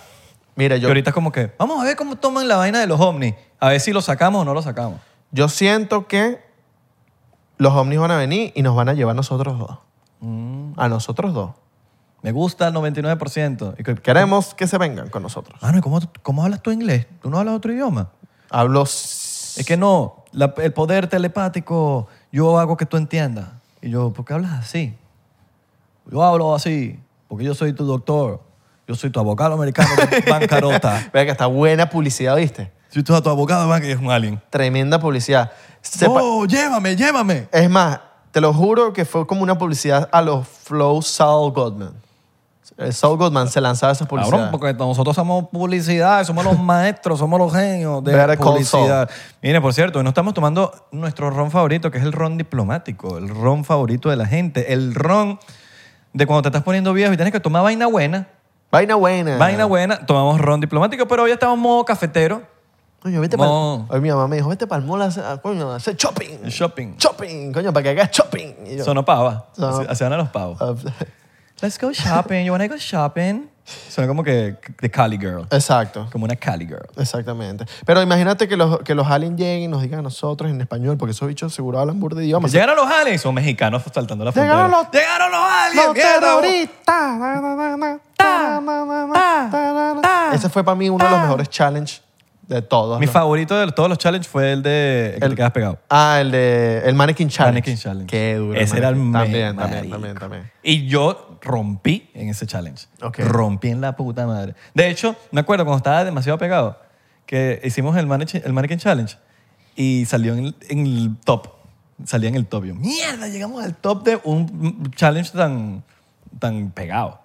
Speaker 1: Mira,
Speaker 2: Y
Speaker 1: yo,
Speaker 2: ahorita es como que, vamos a ver cómo toman la vaina de los ovnis. A ver si lo sacamos o no lo sacamos.
Speaker 1: yo siento que los ovnis van a venir y nos van a llevar a nosotros dos.
Speaker 2: Mm.
Speaker 1: A nosotros dos.
Speaker 2: Me gusta el 99%. Y que-
Speaker 1: Queremos que se vengan con nosotros.
Speaker 2: Mano, ¿y ¿cómo, ¿cómo hablas tú inglés? ¿Tú no hablas otro idioma?
Speaker 1: Hablo...
Speaker 2: Es que no, la- el poder telepático, yo hago que tú entiendas. Y yo, ¿por qué hablas así? Yo hablo así, porque yo soy tu doctor, yo soy tu abogado americano de bancarrota.
Speaker 1: Vea que está buena publicidad, ¿viste?
Speaker 2: Si tú a tu abogado de banca- y es un alien.
Speaker 1: Tremenda publicidad. Sepa-
Speaker 2: ¡Oh, llévame, llévame!
Speaker 1: Es más, te lo juro que fue como una publicidad a los Flow Saul Goodman. Eh, Saul Goodman se lanzaba esas
Speaker 2: Cabrón,
Speaker 1: publicidades.
Speaker 2: porque nosotros somos publicidad, somos los maestros, somos los genios de
Speaker 1: Better Call
Speaker 2: publicidad. Mire, por cierto, hoy no estamos tomando nuestro ron favorito, que es el ron diplomático, el ron favorito de la gente, el ron de cuando te estás poniendo viejo y tienes que tomar vaina buena.
Speaker 1: Vaina buena.
Speaker 2: Vaina buena, tomamos ron diplomático, pero hoy estamos modo cafetero.
Speaker 1: Coño, vete pa'l-
Speaker 2: No.
Speaker 1: Hoy mi mamá me dijo, vete para el mall a hacer, a- coño, a hacer shopping.
Speaker 2: Shopping.
Speaker 1: Shopping, coño, para que hagas shopping. Y yo,
Speaker 2: Sonó pava.
Speaker 1: Sonó-
Speaker 2: Así- Así van a los pavos.
Speaker 1: ah,
Speaker 2: Let's go shopping. You wanna go shopping? Suena como que de Cali Girl.
Speaker 1: Exacto,
Speaker 2: Como una Cali Girl.
Speaker 1: exactamente. Pero imagínate que los, que los aliens lleguen y nos digan a nosotros en español, porque esos bichos seguro hablan burda de idiomas.
Speaker 2: Llegaron los aliens. Son mexicanos saltando la frontera.
Speaker 1: Llegaron los-
Speaker 2: Llegaron los aliens.
Speaker 1: ¡Los
Speaker 2: mierda.
Speaker 1: terroristas! Na, na, na, na, ta, na, na, na, ta, na, na. Ese fue para mí uno de los mejores challenges De todos.
Speaker 2: Mi
Speaker 1: ¿no?
Speaker 2: favorito de todos los challenges fue el de que te quedas pegado.
Speaker 1: Ah, el de el Mannequin Challenge.
Speaker 2: Mannequin Challenge.
Speaker 1: Qué duro.
Speaker 2: Ese era el
Speaker 1: Mannequin.
Speaker 2: me-
Speaker 1: También, también,
Speaker 2: marico.
Speaker 1: también, también.
Speaker 2: Y yo rompí en ese challenge.
Speaker 1: Ok.
Speaker 2: Rompí en la puta madre. De hecho, me acuerdo cuando estaba demasiado pegado que hicimos el Mannequin, el mannequin Challenge y salió en el, en el top. Salía en el top. Yo, mierda, llegamos al top de un challenge tan, tan pegado.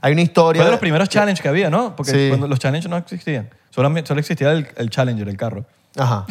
Speaker 1: Hay una historia.
Speaker 2: Fue de los primeros challenges que había, ¿no? Porque
Speaker 1: Sí.
Speaker 2: cuando los challenges no existían. Solamente, solo existía el, el Challenger, el carro.
Speaker 1: Ajá.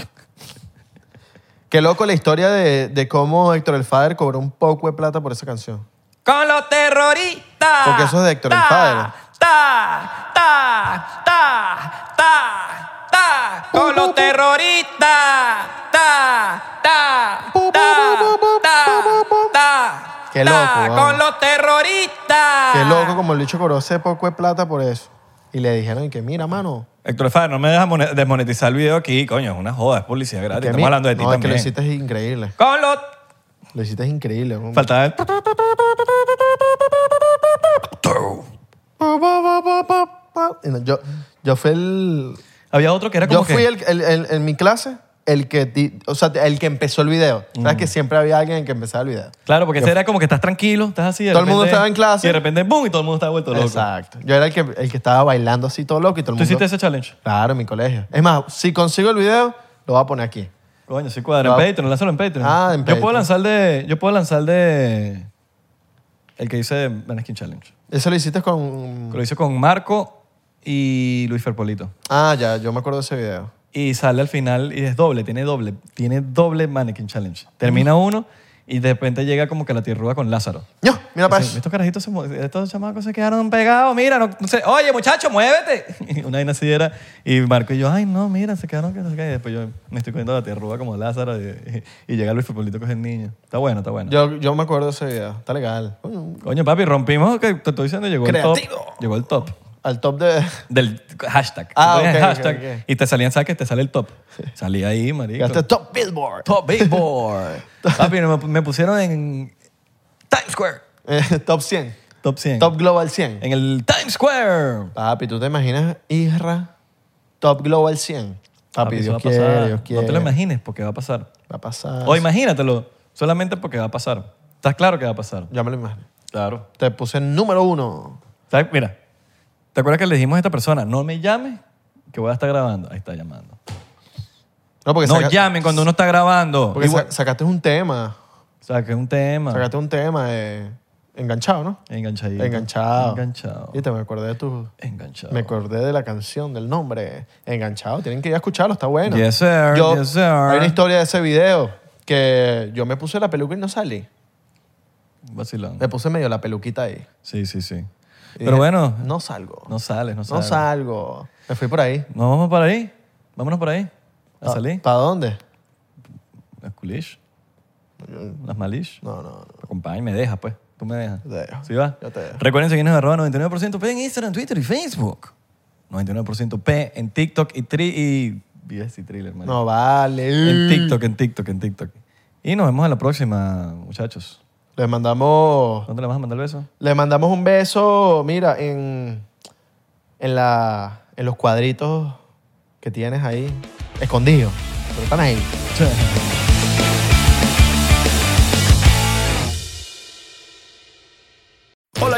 Speaker 1: Qué loco la historia de, de cómo Héctor el Fader cobró un poco de plata por esa canción.
Speaker 2: ¡Con los terroristas!
Speaker 1: Porque eso es de Héctor el Ta, Padre.
Speaker 2: ¡Ta! ¡Ta! ¡Ta! ¡Ta! ¡Ta! ¡Con los terroristas! ¡Ta! ¡Ta!
Speaker 1: ta, ta, Qué loco, ta, vamos. con
Speaker 2: los terroristas!
Speaker 1: Qué loco como el bicho cobró ese poco de plata por eso. Y le dijeron que mira, mano.
Speaker 2: Héctor el Fader, no me dejas mone- desmonetizar el video aquí, coño, es una joda, es publicidad gratis.
Speaker 1: que
Speaker 2: Estamos
Speaker 1: mi-
Speaker 2: hablando de ti
Speaker 1: no, es que
Speaker 2: también.
Speaker 1: lo hiciste increíble.
Speaker 2: Con los...
Speaker 1: Lo hiciste increíble. hombre.
Speaker 2: Faltaba el...
Speaker 1: Pa, pa, pa, pa, pa, pa. Y no, Yo, yo fui el.
Speaker 2: Había otro que era como
Speaker 1: Yo
Speaker 2: que...
Speaker 1: fui el, el- el- en mi clase el que, di- o sea, el que empezó el video. ¿Sabes
Speaker 2: Mm.
Speaker 1: que siempre había alguien que empezaba el video?
Speaker 2: Claro, porque ese era como que estás tranquilo, estás así. de
Speaker 1: Todo el mundo
Speaker 2: repente-
Speaker 1: estaba en clase.
Speaker 2: Y de repente, ¡boom! Y todo el mundo estaba vuelto loco.
Speaker 1: Exacto. Yo era el que, el que estaba bailando así todo loco y todo el mundo.
Speaker 2: ¿Tú hiciste ese challenge?
Speaker 1: Claro, en mi colegio. Es más, si consigo el video, lo voy a poner aquí.
Speaker 2: Coño, sí cuadra.
Speaker 1: Wow.
Speaker 2: En Patreon, lánzalo en Patreon.
Speaker 1: Ah, en
Speaker 2: Yo
Speaker 1: Patreon.
Speaker 2: puedo lanzar de... Yo puedo lanzar de... El que hice Maneskin Challenge.
Speaker 1: Eso lo hiciste con.
Speaker 2: Que Lo hice con Marco y Luis Ferpolito.
Speaker 1: Ah, ya, yo me acuerdo de ese video.
Speaker 2: Y sale al final y es doble, tiene doble. Tiene doble Mannequin Challenge. Termina
Speaker 1: Mm.
Speaker 2: uno y de repente llega como que la tierruga con Lázaro.
Speaker 1: ¡No! Mira, pues. para
Speaker 2: Dicen, Estos carajitos, se mu- estos chamacos se quedaron pegados, mira, no, no sé, oye muchacho, muévete. Y una vaina así era, y Marco y yo, ay no, mira, se quedaron que no sé qué. Y después yo me estoy comiendo la tierruba como Lázaro y, y- y llega Luis Futbolito que es el niño. Está bueno, está bueno.
Speaker 1: Yo, yo me acuerdo de ese video. Está legal. Coño,
Speaker 2: Coño papi, rompimos, que te estoy diciendo, llegó el
Speaker 1: Creativo.
Speaker 2: top. Llegó el top.
Speaker 1: Al top de.
Speaker 2: Del hashtag.
Speaker 1: Ah,
Speaker 2: Tú ponías
Speaker 1: ok,
Speaker 2: el
Speaker 1: ok,
Speaker 2: hashtag
Speaker 1: ok.
Speaker 2: Y te salían, ¿sabes que Te sale el top. Salí ahí, marico.
Speaker 1: Llegaste al top Billboard.
Speaker 2: Top Billboard. papi, me, me pusieron en Times Square.
Speaker 1: Eh, top 100.
Speaker 2: Top 100.
Speaker 1: Top Global 100.
Speaker 2: En el Times Square.
Speaker 1: Papi, ¿tú te imaginas Isra Top Global 100? Papi,
Speaker 2: eso
Speaker 1: Dios
Speaker 2: va a
Speaker 1: quiere,
Speaker 2: pasar.
Speaker 1: Dios quiere.
Speaker 2: No te lo imagines porque va a pasar.
Speaker 1: Va a pasar.
Speaker 2: O imagínatelo solamente porque va a pasar. ¿Estás claro que va a pasar?
Speaker 1: Ya me lo imagino.
Speaker 2: Claro.
Speaker 1: Te puse número uno.
Speaker 2: ¿Sabes? Mira, ¿te acuerdas que le dijimos a esta persona, no me llames que voy a estar grabando? Ahí está llamando.
Speaker 1: No, porque
Speaker 2: no
Speaker 1: saca-
Speaker 2: llamen cuando uno está grabando.
Speaker 1: Porque
Speaker 2: Igual- Ah.
Speaker 1: sa- sacaste un tema.
Speaker 2: o sea, que es un tema.
Speaker 1: Sacaste un tema de enganchado, ¿no?
Speaker 2: Enganchadito.
Speaker 1: Enganchado.
Speaker 2: Enganchado.
Speaker 1: Y te me acordé de tu...
Speaker 2: Enganchado.
Speaker 1: Me acordé de la canción, del nombre. Enganchado. Tienen que ir a escucharlo, está bueno.
Speaker 2: Yes, sir.
Speaker 1: Yo-
Speaker 2: Yes, sir.
Speaker 1: Hay una historia de ese video que yo me puse la peluca y no salí.
Speaker 2: Vacilón.
Speaker 1: Me puse medio la peluquita ahí.
Speaker 2: Sí, sí, sí.
Speaker 1: Y
Speaker 2: Pero
Speaker 1: dije,
Speaker 2: bueno, no,
Speaker 1: No salgo.
Speaker 2: sales, no
Speaker 1: No
Speaker 2: sales.
Speaker 1: salgo. Me fui por ahí.
Speaker 2: Nos vamos para ahí. Vámonos para ahí.
Speaker 1: Ah,
Speaker 2: A salir.
Speaker 1: ¿Para dónde?
Speaker 2: Las culish.
Speaker 1: Mm.
Speaker 2: Las malish.
Speaker 1: No, no, no.
Speaker 2: Acompaña y me deja, pues. Tú me dejas.
Speaker 1: Yo te dejo.
Speaker 2: ¿Sí va?
Speaker 1: Yo te dejo.
Speaker 2: Recuerden seguirnos en arroba 99% P en Instagram, Twitter y Facebook. 99% P en TikTok y tri... Y, iba a decir thriller, man.
Speaker 1: No vale. Mm.
Speaker 2: En TikTok, en TikTok, en TikTok. Y nos vemos en la próxima, muchachos.
Speaker 1: Les mandamos,
Speaker 2: ¿Dónde le vas a mandar el beso?
Speaker 1: les mandamos un beso, mira, en, en, la, en los cuadritos que tienes ahí, escondidos. Pero están ahí.
Speaker 5: Hola,